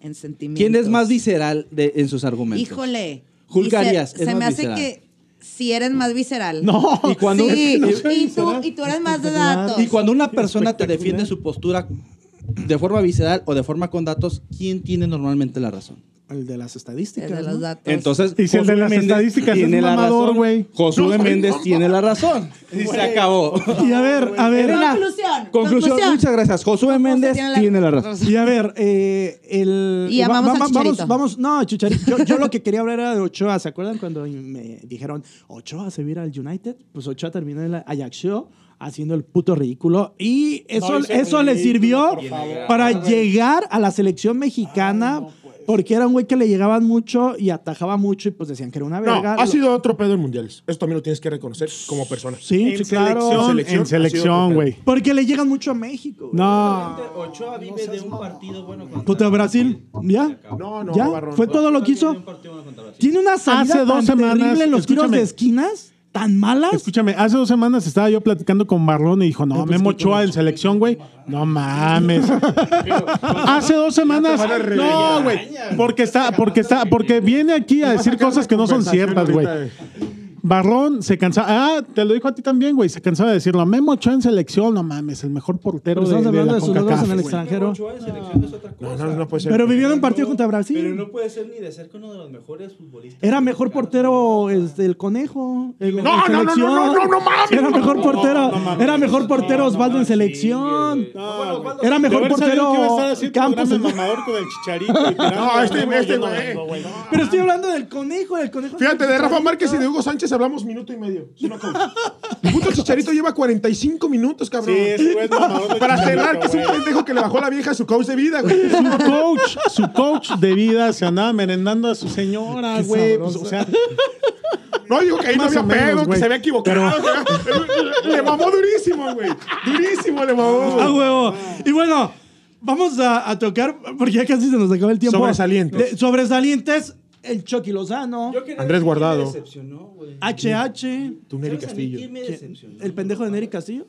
en sentimientos.
¿Quién es más visceral de- en sus argumentos?
Híjole.
Hulk
Y se-
Arias es
Se me
más
hace
visceral.
que si eres más visceral.
No.
Y cuando,
Sí,
No soy
y, tú,
visceral.
y tú eres más de datos.
y cuando una persona te
Espectacular.
defiende su postura de forma visceral o de forma con datos, ¿quién tiene normalmente la razón?
El de las estadísticas.
Eres de
¿no?
los datos.
Entonces,
Y si el de
Josué
las
Méndez
estadísticas es
tiene
un
la
mamador,
razón.
güey.
Josué Méndez tiene la razón. Y se acabó.
Y a ver, a ver.
Elena,
Conclusión,
conclusión.
conclusión.
Muchas gracias. Josué Méndez tiene la, razón.
Y a ver, eh, el.
[LAUGHS] Y amamos a Chicharito.
Vamos, vamos, no, Chicharito. Yo, yo
[LAUGHS]
lo que quería hablar era de Ochoa. ¿Se acuerdan cuando me dijeron Ochoa se vira al United? Pues Ochoa terminó en el Ajax Show haciendo el puto ridículo. Y eso,
No hizo
eso le
ridículo,
sirvió
por favor.
para llegar a la selección mexicana. Porque era un güey que le llegaban mucho y atajaba mucho y pues decían que era una
No,
verga.
ha
Lo-
sido otro pedo en mundiales. Esto también lo tienes que reconocer como persona.
Sí,
En
sí, claro.
selección,
Selección,
en
ha sido
selección,
otro
güey.
Porque le llegan mucho a México. güey.
No.
Ochoa vive de un partido bueno contra
Puta Brasil, ¿ya?
No, no,
¿Ya?
Barrón.
Fue todo lo que hizo. Tiene una salida
Hace
tan
dos semanas,
terrible en los tiros
escúchame.
de esquinas, tan malas.
Escúchame, hace dos semanas estaba yo platicando con Marlon y dijo, no,
pues,
Memo
¿qué con
Ochoa en selección, güey. No mames. hace dos semanas.
van a regañar.
No, güey. Porque está, porque está, porque viene aquí a decir cosas que no son ciertas, güey.
eh.
Barrón se cansaba. Ah, te lo dijo a ti también, güey. Se cansaba de decirlo. Memo Ochoa en selección, no mames, el mejor portero
Pero
de,
estamos
de
hablando
la
de sus logros
CONCACAF,
en el
güey.
extranjero.
No, no, no puede ser.
Pero vivió en un partido contra Brasil.
puede ser ni de cerca uno de los mejores futbolistas.
Era mejor portero este, el conejo. el-
No,
en
no, no,
selección.
no, no, no, mames.
Era mejor portero.
no mames.
Era mejor portero Osvaldo en selección. Era
De
mejor
haber sabido que iba a estar
portero
así el
Campos.
programa de mamador con el chicharito. y pues, tirando
No,
a
este-
Memo,
este
yo no
güey. [LAUGHS]
vengo, no mames.
Pero estoy hablando del conejo, del conejo.
Fíjate, de Rafa Márquez y de Hugo Sánchez hablamos minuto y medio. Es una coach. El Puto Chicharito lleva 45 minutos, cabrón.
Sí, este güey es mamador de
Para
chicharito,
cerrar, que es un
güey.
pendejo que le bajó la vieja a su coach de vida, güey.
[LAUGHS] su coach, su coach de vida se andaba merendando a su señora, güey. Pues, o sea,
No, digo que ahí no
Más
había
o menos,
pedo, que
güey.
se había equivocado. que- [LAUGHS] Le mamó durísimo, güey. Durísimo le
Ah,
mamó.
huevo. Y bueno, vamos a, a tocar, porque ya casi se nos acaba el tiempo.
Sobresalientes.
De- sobresalientes, el Chucky Lozano,
Andrés Guardado,
Ah, HH,
Tuneri Castillo.
el pendejo de Nery Castillo.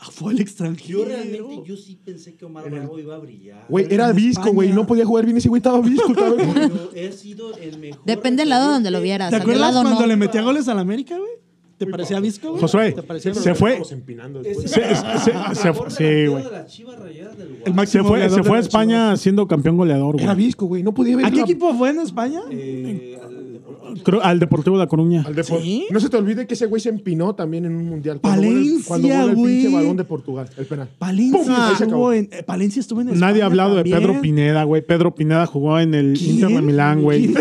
Ah, fue el extranjero.
Yo realmente, yo sí pensé que Omar Bravo iba a brillar.
Güey, era
En
visco, güey.
España.
No podía jugar bien. Ese güey estaba visco. estaba-
Yo he sido el mejor.
[LAUGHS] Depende del lado donde lo vieras.
¿Te
al del
acuerdas
lado
cuando
no.
le metía goles al América, güey? ¿Te parecía visco, güey?
Josué,
¿Te parecía
se fue.
Estamos empinando
Ese
después.
Se- se- se-
mejor delantero
se- sí,
de
güey.
las Chivas Rayadas del
El
Guadalajara.
máximo
se fue,
goleador
se
de
fue a
la
España siendo campeón goleador,
Era
güey.
visco, güey. No podía ver.
Chivas. ¿A qué
la-
equipo fue en España?
Eh, al-
Creo- al Deportivo de La Coruña.
Al de Por-
¿Sí?
No se te olvide que ese güey se empinó también en un mundial. Cuando vuela el-
Palencia,
Cuando vuela el
güey.
pinche balón de Portugal, el penal. ¡Pum!
Palencia
Ahí se
estuvo
acabó.
en, eh, Palencia estuvo en España
Nadie ha hablado de Pedro
también.
Pineda, güey. Pedro Pineda jugó en el
¿Quién?
Inter de Milán, güey.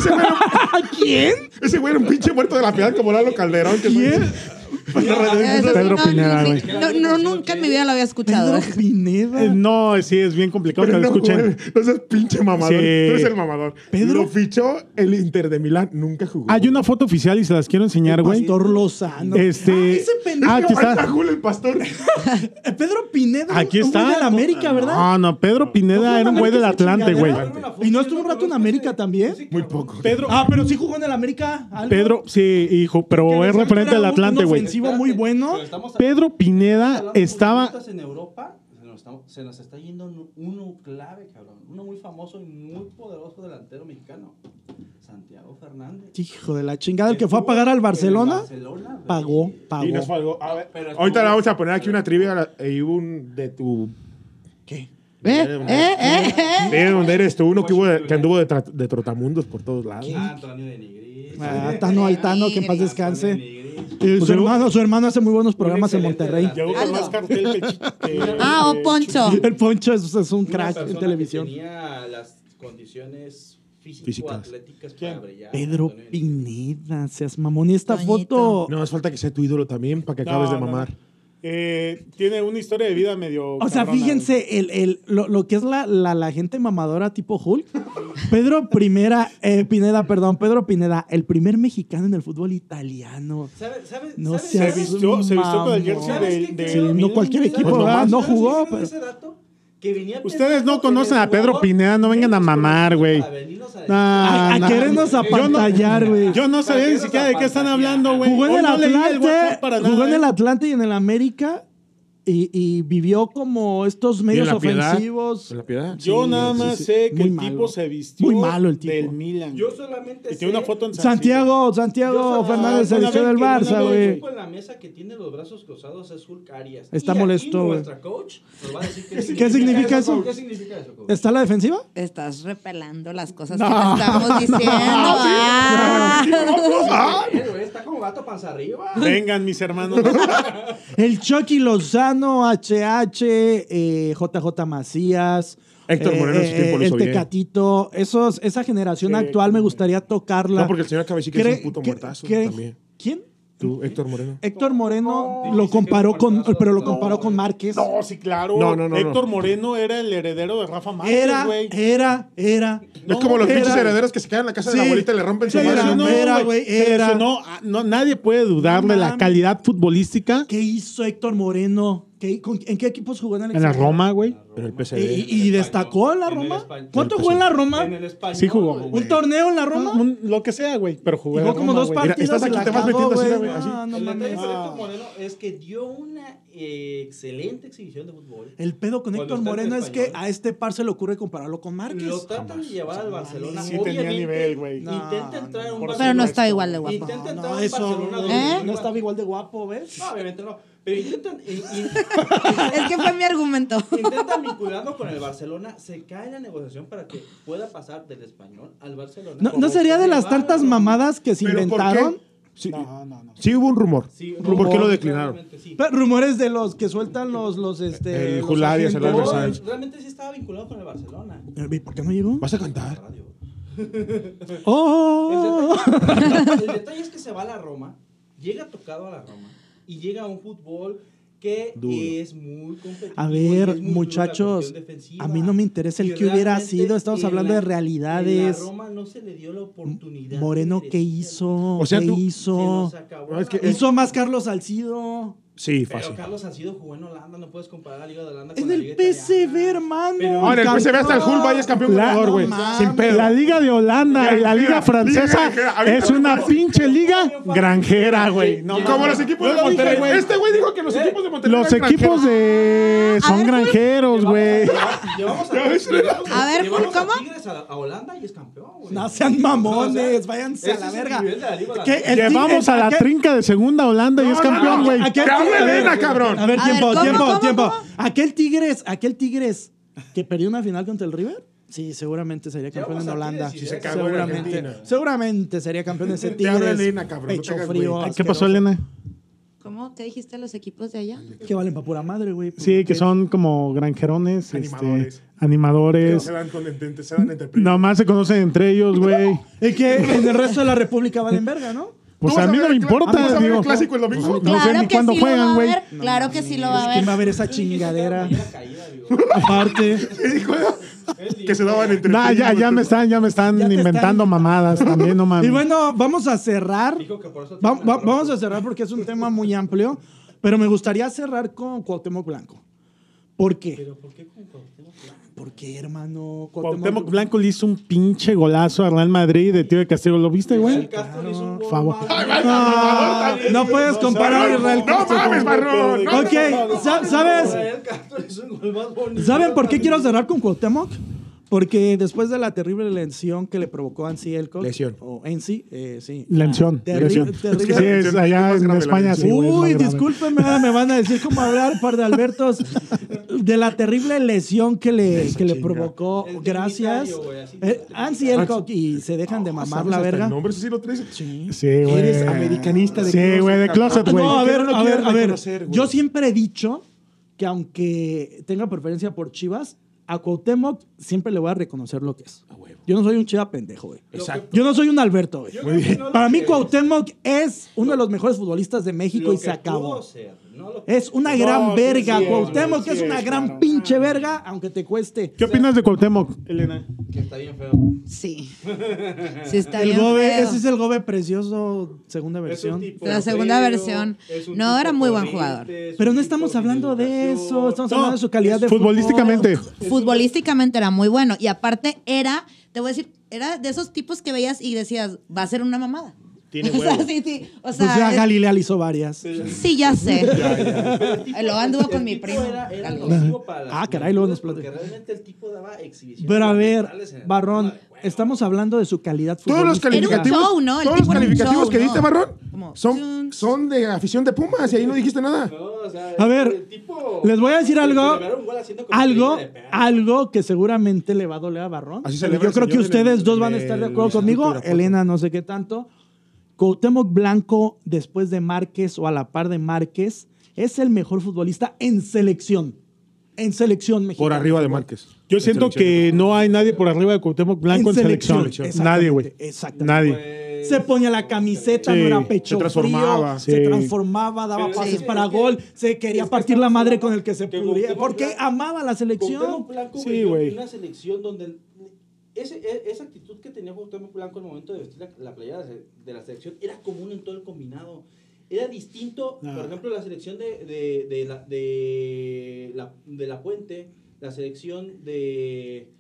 ¿Quién?
Ese güey era un pinche muerto de la piedad como Lalo Calderón. Que es [LAUGHS]
¿Quién?
muy-
Eso sí,
Pedro
no,
Pineda,
sí.
güey.
No, no, nunca en mi vida lo había escuchado.
Pineda.
Eh, No, sí, es bien complicado
Pero
que lo
no, güey,
escuchen.
no seas pinche mamador.
Sí.
Tú eres el mamador.
Pedro.
Lo fichó el Inter de Milán. Nunca jugó.
Hay
[LAUGHS]
una foto oficial y se las quiero enseñar, güey.
Pastor Lozano.
Este-
Ah, ese pendejo.
Ah,
Aquí
aquí está.
está. Julio el pastor.
Eh, Pedro Pineda.
Aquí
un güey
está. Ah,
del América, ¿verdad?
No, no, Pedro Pineda era un güey del Atlante, güey.
¿Y no estuvo un rato en América también?
Muy poco.
Pedro. Ah, pero sí jugó en el América. algo.
Pedro, sí, hijo, pero
Que
es
era
referente
un-
al Atlante,
Un
güey.
ofensivo muy bueno.
Pedro Pineda estaba.
En Europa se nos, estamos- se nos está yendo uno- uno clave, cabrón. Uno muy famoso y muy poderoso delantero mexicano. Santiago Fernández.
Hijo de la chingada. El que fue a pagar al Barcelona.
Barcelona, güey.
Pagó,
Y nos
pagó.
falgó. A ver,
Pero estuvo-
ahorita le vamos a poner aquí una trivia y un de tu.
¿Qué?
¿Eh? ¿Eh? ¿Eh? ¿Eh?
De donde eres tú, uno que, hubo de- que anduvo de, tra- de trotamundos por todos lados.
Ah, Antonio de Nigris.
Ah, Tano
[LAUGHS]
Altano, que en paz descanse.
Nigris.
Eh, su, hermano, su hermano hace muy buenos programas en Monterrey.
Pues Llegó con más cartel que [LAUGHS] chi- que-
Ah, o Poncho.
El Poncho es, es un
Una
crack
persona
en
que
televisión.
Tenía las condiciones
Físicas.
físico-atléticas para brillar.
Pedro
Antonio de Nigris.
Pineda, seas mamón. Y esta
Toñito.
foto.
No, es falta que sea tu ídolo también para que
No,
acabes de
no, no.
mamar.
Eh, tiene una historia de vida medio.
O sea,
cabrona,
fíjense el, el- lo, lo que es la, la- la gente mamadora tipo Hulk. Pedro Primera, eh, Pineda, perdón, Pedro Pineda, el primer mexicano en el fútbol italiano.
¿Sabe- sabe-
No
sabe-
seas
Se vistió- se vistió con el
mamón.
jersey de-
¿Sabes qué
de-
creo?
No cualquier
Mira,
equipo,
pues,
¿verdad?
nomás.
No
¿Sabes
jugó,
qué creo
pero-
de ese dato? Que venía
Ustedes
pensando
no
en
conocen
el
a Pedro
jugador.
Pineda, no vengan a mamar, güey.
A venirnos a decir-
Nah,
A, a
nah.
querernos apantallar, güey.
Yo no sabía ni siquiera de qué están hablando, güey.
Jugó en
Hoy
el
no leí
Atlante,
WhatsApp para
jugó
nada,
en el
eh.
Atlante y en el América y, y vivió como estos medios
la Piedad?
ofensivos.
¿En la piedad?
Yo
Sí,
nada
sí,
más
sí.
sé que
Muy
el
malo.
tipo se vistió
Muy malo el tipo.
del Milan.
Yo solamente
y tiene una
sé-
foto en San
Santiago, Santiago
Yo solo-
Fernández se
Una
vistió
vez
del
que
Barça,
una vez
güey.
Con la mesa que tiene los brazos cruzados es Hulk Arias.
Está
Y aquí
molesto, güey.
nuestra coach nos va a decir qué
¿Qué significa eso?
¿Qué significa eso, coach?
¿Está la defensiva?
Estás repelando las cosas que te
[LAUGHS]
estamos diciendo. ah.
Eh, güey, Está como gato panza arriba.
Siro. Vengan, mis
[LAUGHS]
hermanos.
El Chucky Lozano, HH, eh, JJ Macías. eh,
Héctor Moreno en su tiempo lo hizo
El
bien.
Tecatito. Esos, esa generación
Sí,
actual me
Héctor
gustaría tocarla.
No, porque el señor Cabecica
Cre-
es un puto
cre-
muertazo
cre-
también.
¿Quién?
Tú, Héctor Moreno.
Héctor Moreno
No,
lo
dice que
comparó
es
con.
muertazo.
Pero lo
No,
comparó
güey.
con Márquez.
No, sí, claro.
No, no, no,
Héctor
no.
Moreno era el heredero de Rafa Márquez,
Era,
güey.
era, era.
es como los
era-
pinches herederos que se quedan en la casa de la
Sí.
abuelita y le rompen su
Sí,
Se
madre.
era,
lesionó,
era,
güey.
güey,
Se
era.
lesionó. Ah, no, nadie puede dudar de la
Mames.
calidad futbolística
¿Qué hizo Héctor Moreno? ¿Qué- con- ¿En qué equipos jugó en el
en la
extranjero?
Roma, güey.
En el
¿Y,
PCB.
y- y destacó en la Roma? ¿Cuánto jugó en la Roma?
En el español.
Sí jugó.
güey.
¿Un torneo en la Roma?
Un- Lo que sea, güey. Pero jugó en
Jugó
la
como
Roma,
dos
güey.
partidos.
estás
y
aquí,
la
te vas
cagó,
metiendo así,
güey.
güey, así.
No, no
el detalle
mames. Ah.
con Héctor Moreno es que dio una eh, excelente exhibición de fútbol.
El pedo con
Cuando
Héctor
está en
Moreno es que
español.
a este par se le ocurre compararlo con
Lo
Márquez.
tratan de llevar al Barcelona.
Sí tenía
Obviamente,
nivel, güey.
No,
Intenta entrar a un
por
Barcelona.
Pero no está igual de guapo.
Intenta
No,
entrar a
no,
un
eso.
Barcelona. Ah,
¿Eh?
donde
No estaba igual de guapo, ¿ves?
No, obviamente no. Pero intentan, y-
[LAUGHS] Es que fue mi argumento.
y- [LAUGHS] intentan vincularlo con el Barcelona. Se cae la negociación para que pueda pasar del español al Barcelona.
¿No, no
Como
sería de
se
las
va,
tantas
¿no?
mamadas que se
¿Pero por qué?
inventaron?
Sí,
No, no, no.
sí hubo un rumor.
Sí,
¿Por qué lo declinaron?
claramente, sí.
Pero Rumores de los que sueltan los, los este.
El
los
Jularias, el
agentes.
Albert
No,
Sánchez.
realmente sí estaba vinculado con el Barcelona.
¿Y ¿Por qué no llegó?
¿Vas a cantar?
Radio. El
¡Oh!
detalle, [LAUGHS] el detalle es que se va a la Roma, llega tocado a la Roma y llega a un fútbol que
Duro.
es muy competitivo.
A
y es muy dura
ver,
la
muchachos,
cuestión defensiva.
a mí no me interesa el
Y
que hubiera
realmente
sido, estamos
en
hablando de
la- En la
realidades.
Roma no se le dio la oportunidad.
Moreno,
de
¿qué
crecer.
hizo?
O sea,
¿Qué
tú-
Se
hizo?
nos acabó
No, es
la
que-
Roma.
Hizo más Carlos Salcido.
Sí,
Pero
fácil.
Carlos Sancido jugó en Holanda, no puedes comparar la Liga de Holanda con
En
la
el
Liga italiana.
PCB, hermano.
Pero-
Ah, en el PCB hasta el
Campeón.
Hull Valle es campeón
La-
ganador,
no
güey.
mames.
Sin pedo.
La Liga de Holanda y la Liga
Mira,
Francesa
mira, mira,
es una pinche liga granjera, güey. No,
Como
no,
los
no.
equipos
Yo
de
lo dije,
Monterrey.
güey.
este güey dijo que los equipos de Monterrey.
Los
eran
equipos
granjeros.
de
A
son
ver,
granjeros, güey.
Llevamos a, llevamos
A ver,
llevamos
¿cómo?
a Tigres a, a Holanda y es campeón, güey.
No sean mamones,
No, o sea,
váyanse a
ese
la
es el
verga.
nivel de la Liga de la-
¿Qué? El Tigre-
Llevamos a la
¿qué?
trinca de segunda Holanda y es
No, no,
campeón,
no.
güey.
Aquel
Que hable
tigre-
Elena, cabrón.
A ver,
A
tiempo,
ver, ¿cómo,
tiempo,
cómo,
tiempo.
cómo?
Aquel Tigres, aquel Tigres que perdió una final contra el River. Sí, seguramente sería campeón
Vamos
en
a eh,
Holanda.
Tigres y se
cagó en
seguramente,
Argentina.
seguramente sería
[LAUGHS]
campeón ese
Te habla
Tigres.
Elena, cabrón, no te
Pecho
hagas, güey.
frío.
Ay,
¿Qué pasó,
asqueroso.
Elena?
¿Cómo? ¿Qué dijiste los equipos de allá?
Que valen para pura madre, güey.
Sí, que son como granjerones, animadores.
Animadores.
animadores.
Se dan con entente, se dan entre primos.
Nomás se conocen entre ellos, güey.
Y que en el resto de la República valen verga, ¿no?
Pues
¿Tú
a
vas
mí no
ver
me
el cla- ¿tú vas
importa,
a ver
digo.
el clásico el domingo?
No sé ni cuándo
sí lo va
juegan,
a
güey.
ver, Claro que sí lo va [LAUGHS] a
¿Quién va a
ver.
ver esa chingadera? Aparte.
Que se daban entre
Nah, ya, ya me están, ya me están
Ya te
inventando
están-
mamadas también, no
[LAUGHS]
mames.
Y bueno, vamos a cerrar.
que por eso
Va- va- vamos a cerrar porque es un tema muy amplio, pero me gustaría cerrar con Cuauhtémoc Blanco. ¿Por qué? por qué ¿Por qué, hermano?
Cuauhtémoc Blanco le hizo un pinche golazo a Real Madrid de tío de Castillo. ¿Lo viste, güey? Por favor.
Ah, No, puedes comparar a Israel
No
Castro
mames,
con-
Barrón. No,
Ok, sa- ¿sabes? ¿Saben por qué quiero cerrar con Cuauhtémoc? Porque después de la terrible lesión que le provocó Ansi Elcock.
Lesión.
O Ansi, eh, sí.
Lención.
Terri-
Lención.
terrible.
Sí, es allá en España, sí, güey, es más
Uy,
grave.
discúlpenme, me van a decir cómo hablar, par de Albertos, de la terrible lesión que le, que le provocó. Gracias. Eh, Ansi Elcock y se dejan de mamar la verga.
No, sí lo traes.
Sí, güey.
Eres americanista de
Sí,
closet,
güey, de
cabrón.
closet, güey.
No, a
¿Por qué
ver,
no lo
a
quieres
ver, a ver.
reconocer, güey?
Yo siempre he dicho que aunque tenga preferencia por Chivas, a Cuauhtémoc siempre le voy a reconocer lo que es. Yo no soy un chiva pendejo, güey.
Exacto.
Yo no soy un Alberto, güey. Para mí Cuauhtémoc es uno de los mejores futbolistas de México y se acabó. Es una gran verga. Cuauhtémoc es una gran pinche verga, aunque te cueste.
¿Qué opinas de Cuauhtémoc?
Sí.
[LAUGHS]
Sí, está
El
bien.
gobe,
feo.
ese es el gobe precioso, segunda versión.
pues,
La segunda versión. No, era muy buen jugador.
este,
Pero no estamos hablando de eso, estamos hablando de su calidad de
Futbolísticamente.
fútbol.
Futbolísticamente era muy bueno. Y aparte era, te voy a decir, era de esos tipos que veías y decías, va a ser una mamada.
Tiene
[LAUGHS] O sea,
huevo.
sí, sí. O sea,
Pues ya
es-
Galilea le hizo varias.
sí,
[LAUGHS]
ya sé. [LAUGHS] Lo anduvo con mi primo.
Ah, caray, luego nos platicas.
realmente el tipo daba exhibición.
Pero a ver, Barrón, estamos hablando de su calidad
Todos los
futbolística.
Era un
calificativos,
show, ¿no? El
todos los
tipo era un
calificativos
show,
que
¿no?
diste,
Como-
Barrón, son, son de afición de Pumas y ahí no dijiste nada.
A ver, les voy a decir algo, algo, algo que seguramente le va a doler a Barrón.
Así
Pero
celebra
yo
el
creo que
señor en
ustedes
el-
dos
en
van a estar de
el
acuerdo conmigo.
Instituto Irapuato.
Elena, no sé qué tanto. Cuauhtémoc Blanco, después de Márquez o a la par de Márquez, es el mejor futbolista en selección. En selección mexicana.
Por arriba de Márquez.
Yo siento que no hay nadie por arriba de Cuauhtémoc Blanco en selección.
Exactamente,
Nadie, güey.
Exactamente.
Nadie.
Se ponía la camiseta,
Sí,
no era pecho
se transformaba.
frío, se
Sí.
transformaba, daba
Pero es
pases
que-
para
es que-
gol, se quería partir la madre con el que se
que
pudiera,
Cuauhtémoc
porque
Blanco-
amaba la selección.
Cuauhtémoc Blanco
Sí,
sí, güey.
güey.
una selección donde ese- e- esa actitud que tenía Cuauhtémoc Blanco en el momento de vestir la, la playera de de la selección era común en todo el combinado. Era distinto, por ejemplo, la selección de, de, de, la, de, la, de la Puente, la selección de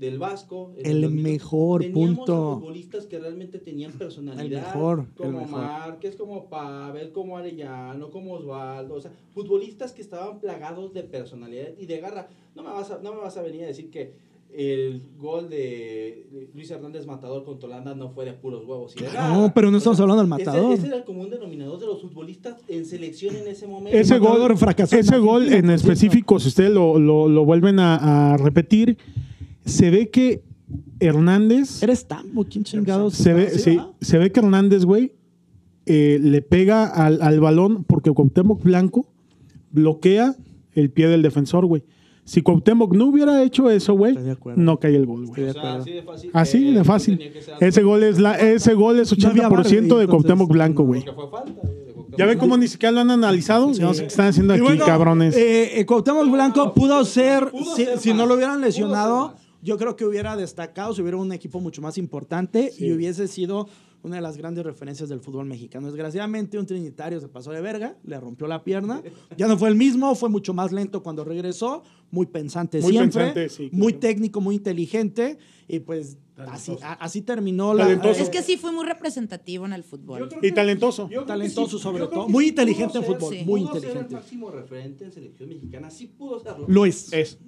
del Vasco. en
El
2000.
mejor,
Teníamos
punto.
a futbolistas que realmente tenían personalidad.
mejor, el
como
mejor.
Márquez, como Pavel, como Arellano, como Osvaldo, o sea, futbolistas que estaban plagados de personalidad y de garra. No me vas a, no me vas a venir a decir que el gol de Luis Hernández Matador contra Holanda no fue de puros huevos. Y de
Claro,
garra.
pero no estamos hablando del
ese-
Matador.
Ese, era el común denominador de los futbolistas en selección en ese momento.
Ese
Matador
gol,
fracasó en
ese
Argentina,
gol en
por cierto.
específico, si ustedes lo, lo- lo vuelven a, a repetir, se ve que Hernández.
Eres tambo, ¿quién chingados?
Se ve, sí,
¿verdad?
se ve que Hernández, güey, eh, le pega al, al balón porque Cuauhtémoc Blanco bloquea el pie del defensor, güey. Si Cuauhtémoc no hubiera hecho eso, güey,
Estoy de acuerdo.
no cae el gol, güey.
Estoy de
O sea,
acuerdo.
así de fácil.
Así
eh,
de fácil.
tenía que ser-
Ese gol es, la, ese gol es
No había
80%
VAR, güey,
de
entonces,
Cuauhtémoc Blanco,
no.
güey.
Porque fue falta. eh, de
¿Ya ven cómo ni siquiera lo han analizado? No sé qué están haciendo
Y
aquí,
bueno,
cabrones. [LAUGHS]
eh, eh, Cuauhtémoc Blanco pudo ser,
Pudo
si,
ser
si no
más.
lo hubieran
Pudo ser
lesionado,
más.
yo creo que hubiera destacado, si hubiera un equipo mucho más importante y hubiese sido una de las grandes referencias del fútbol mexicano. Desgraciadamente, un trinitario se pasó de verga, le rompió la pierna.
[LAUGHS]
Ya no fue el mismo, fue mucho más lento cuando regresó, muy pensante
Muy
siempre,
pensante, sí, claro.
muy técnico, muy inteligente y pues así, a- así terminó la... eh,
Talentoso.
Es que sí fue muy representativo en el fútbol.
Y talentoso.
Yo creo que
Talentoso sobre
yo creo
todo.
que
Muy
pudo
inteligente en fútbol,
muy
pudo Ser
inteligente.
el máximo referente en selección mexicana, sí pudo serlo.
Lo es.
Es.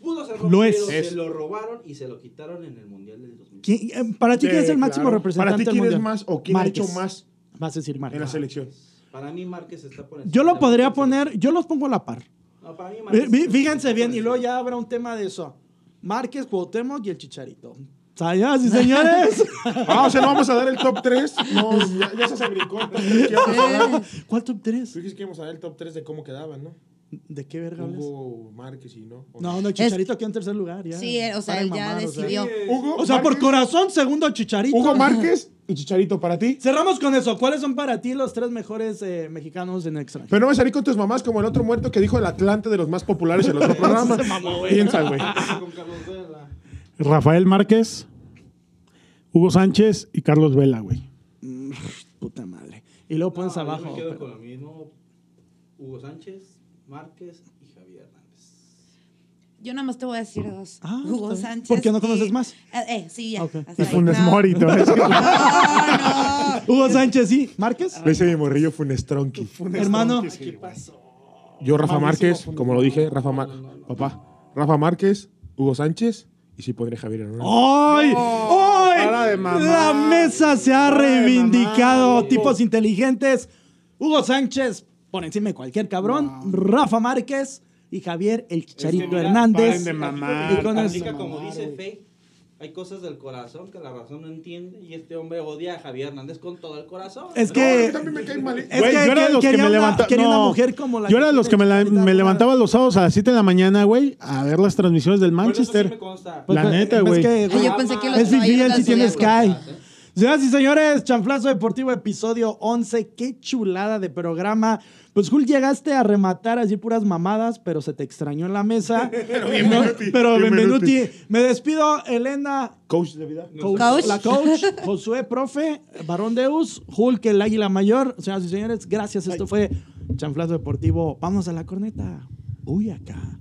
pudo serlo,
lo
pero
es.
se
Es.
lo robaron y se lo quitaron en el Mundial del 2000.
¿Quién- eh, ¿Para ti quién es el máximo
Claro.
representante
¿Para ti
del
quién es
mundial?
más o quién ha hecho
Márquez.
más
Vas a decir Márquez.
en la selección?
Para mí Márquez está por encima
Yo lo
de
podría
Márquez.
poner, yo los pongo a la par.
No, para mí
Fí-
Márquez
fí-
está
Fíjense
por
bien, y
encima.
luego ya habrá un tema de eso. Márquez, Cuauhtémoc y el Chicharito. Señoras y señores,
[LAUGHS] Ah, o sea, ¿no vamos a dar el top 3? No, [LAUGHS] ya, ya se brincó.
[LAUGHS] ¿cuál top 3?
Tú dijiste que íbamos a dar el top 3 de cómo quedaban, ¿no?
¿De qué verga hablas?
Hugo Márquez y no. ¿O
No, no, Chicharito aquí en tercer lugar. Ya.
Sí, eh, o sea,
Para
él
de
ya
mamar, o sea.
decidió.
Hugo
O sea, por
Márquez-
corazón, segundo Chicharito.
Hugo Márquez y Chicharito para ti.
Cerramos con eso. ¿Cuáles son para ti los tres mejores eh, mexicanos en extra?
Pero no me salí con tus mamás como el otro muerto que dijo el Atlante de los más populares en el otro programa.
[LAUGHS]
Piensa, güey.
Rafael Márquez, Hugo Sánchez y Carlos Vela, güey.
Puta madre. Y luego pones abajo.
me quedo
pero-
con lo mismo. Hugo Sánchez, Márquez y Javier Hernández.
Yo nada más te voy a decir dos.
Ah,
Hugo
está bien.
Sánchez.
¿Por qué no
y-
conoces más?
Eh, eh, sí, ya.
Ok.
Hasta
Y
ahí.
Funes
No.
Mori, todo eso.
No, no.
Hugo Sánchez, sí. Márquez.
Le dice mi morrillo Funes Tronqui.
Hermano.
Yo, Rafa Márquez, como lo dije, Rafa Márquez. Papá, Rafa Márquez, Hugo Sánchez y sí pondré Javier Hernández.
¡Ay!
para
¡Ay!
de mamar.
La mesa se ha
Para de
reivindicado.
mamar,
Tipos inteligentes. Hugo Sánchez, por encima de cualquier cabrón. Rafa Márquez y Javier el Chicharito Hernández.
paren de mamar,
Y con
paren
eso-
de
Aplica como
mamar,
dice
güey.
Faye, hay cosas del corazón que la razón no entiende y este hombre odia a Javier Hernández con todo el corazón.
Es
No, a
que.
mí también me cae mal.
Es
[LAUGHS]
que-
Güey, yo era
que-
de los que
quería
me
una-
levantaba.
quería una mujer como la
Yo era de
que
los
te
que me, la-
echaste
me
a
levantaba los sábados a las 7 de la mañana, güey, a ver las transmisiones del
Por eso sí
Manchester.
me
Pues
consta.
La neta,
ves
güey.
que,
Ay, yo pensé que los
es
caballeros
Fifi él
las
si tiene
subían.
Sky. Señoras y señores, Chanflazo Deportivo, episodio 11. Qué chulada de programa. Pues, Jul, llegaste a rematar así puras mamadas, pero se te extrañó en la mesa. pero
Benvenuti,
pero
Benvenuti.
Benvenuti. Me despido, Elena.
Coach de vida.
coach-
Coach.
La coach, Josué, profe, Barón Deus, Hulk, el águila mayor. Señoras y señores, gracias. Esto fue Chanflazo Deportivo. Vamos a la corneta. Uy, acá.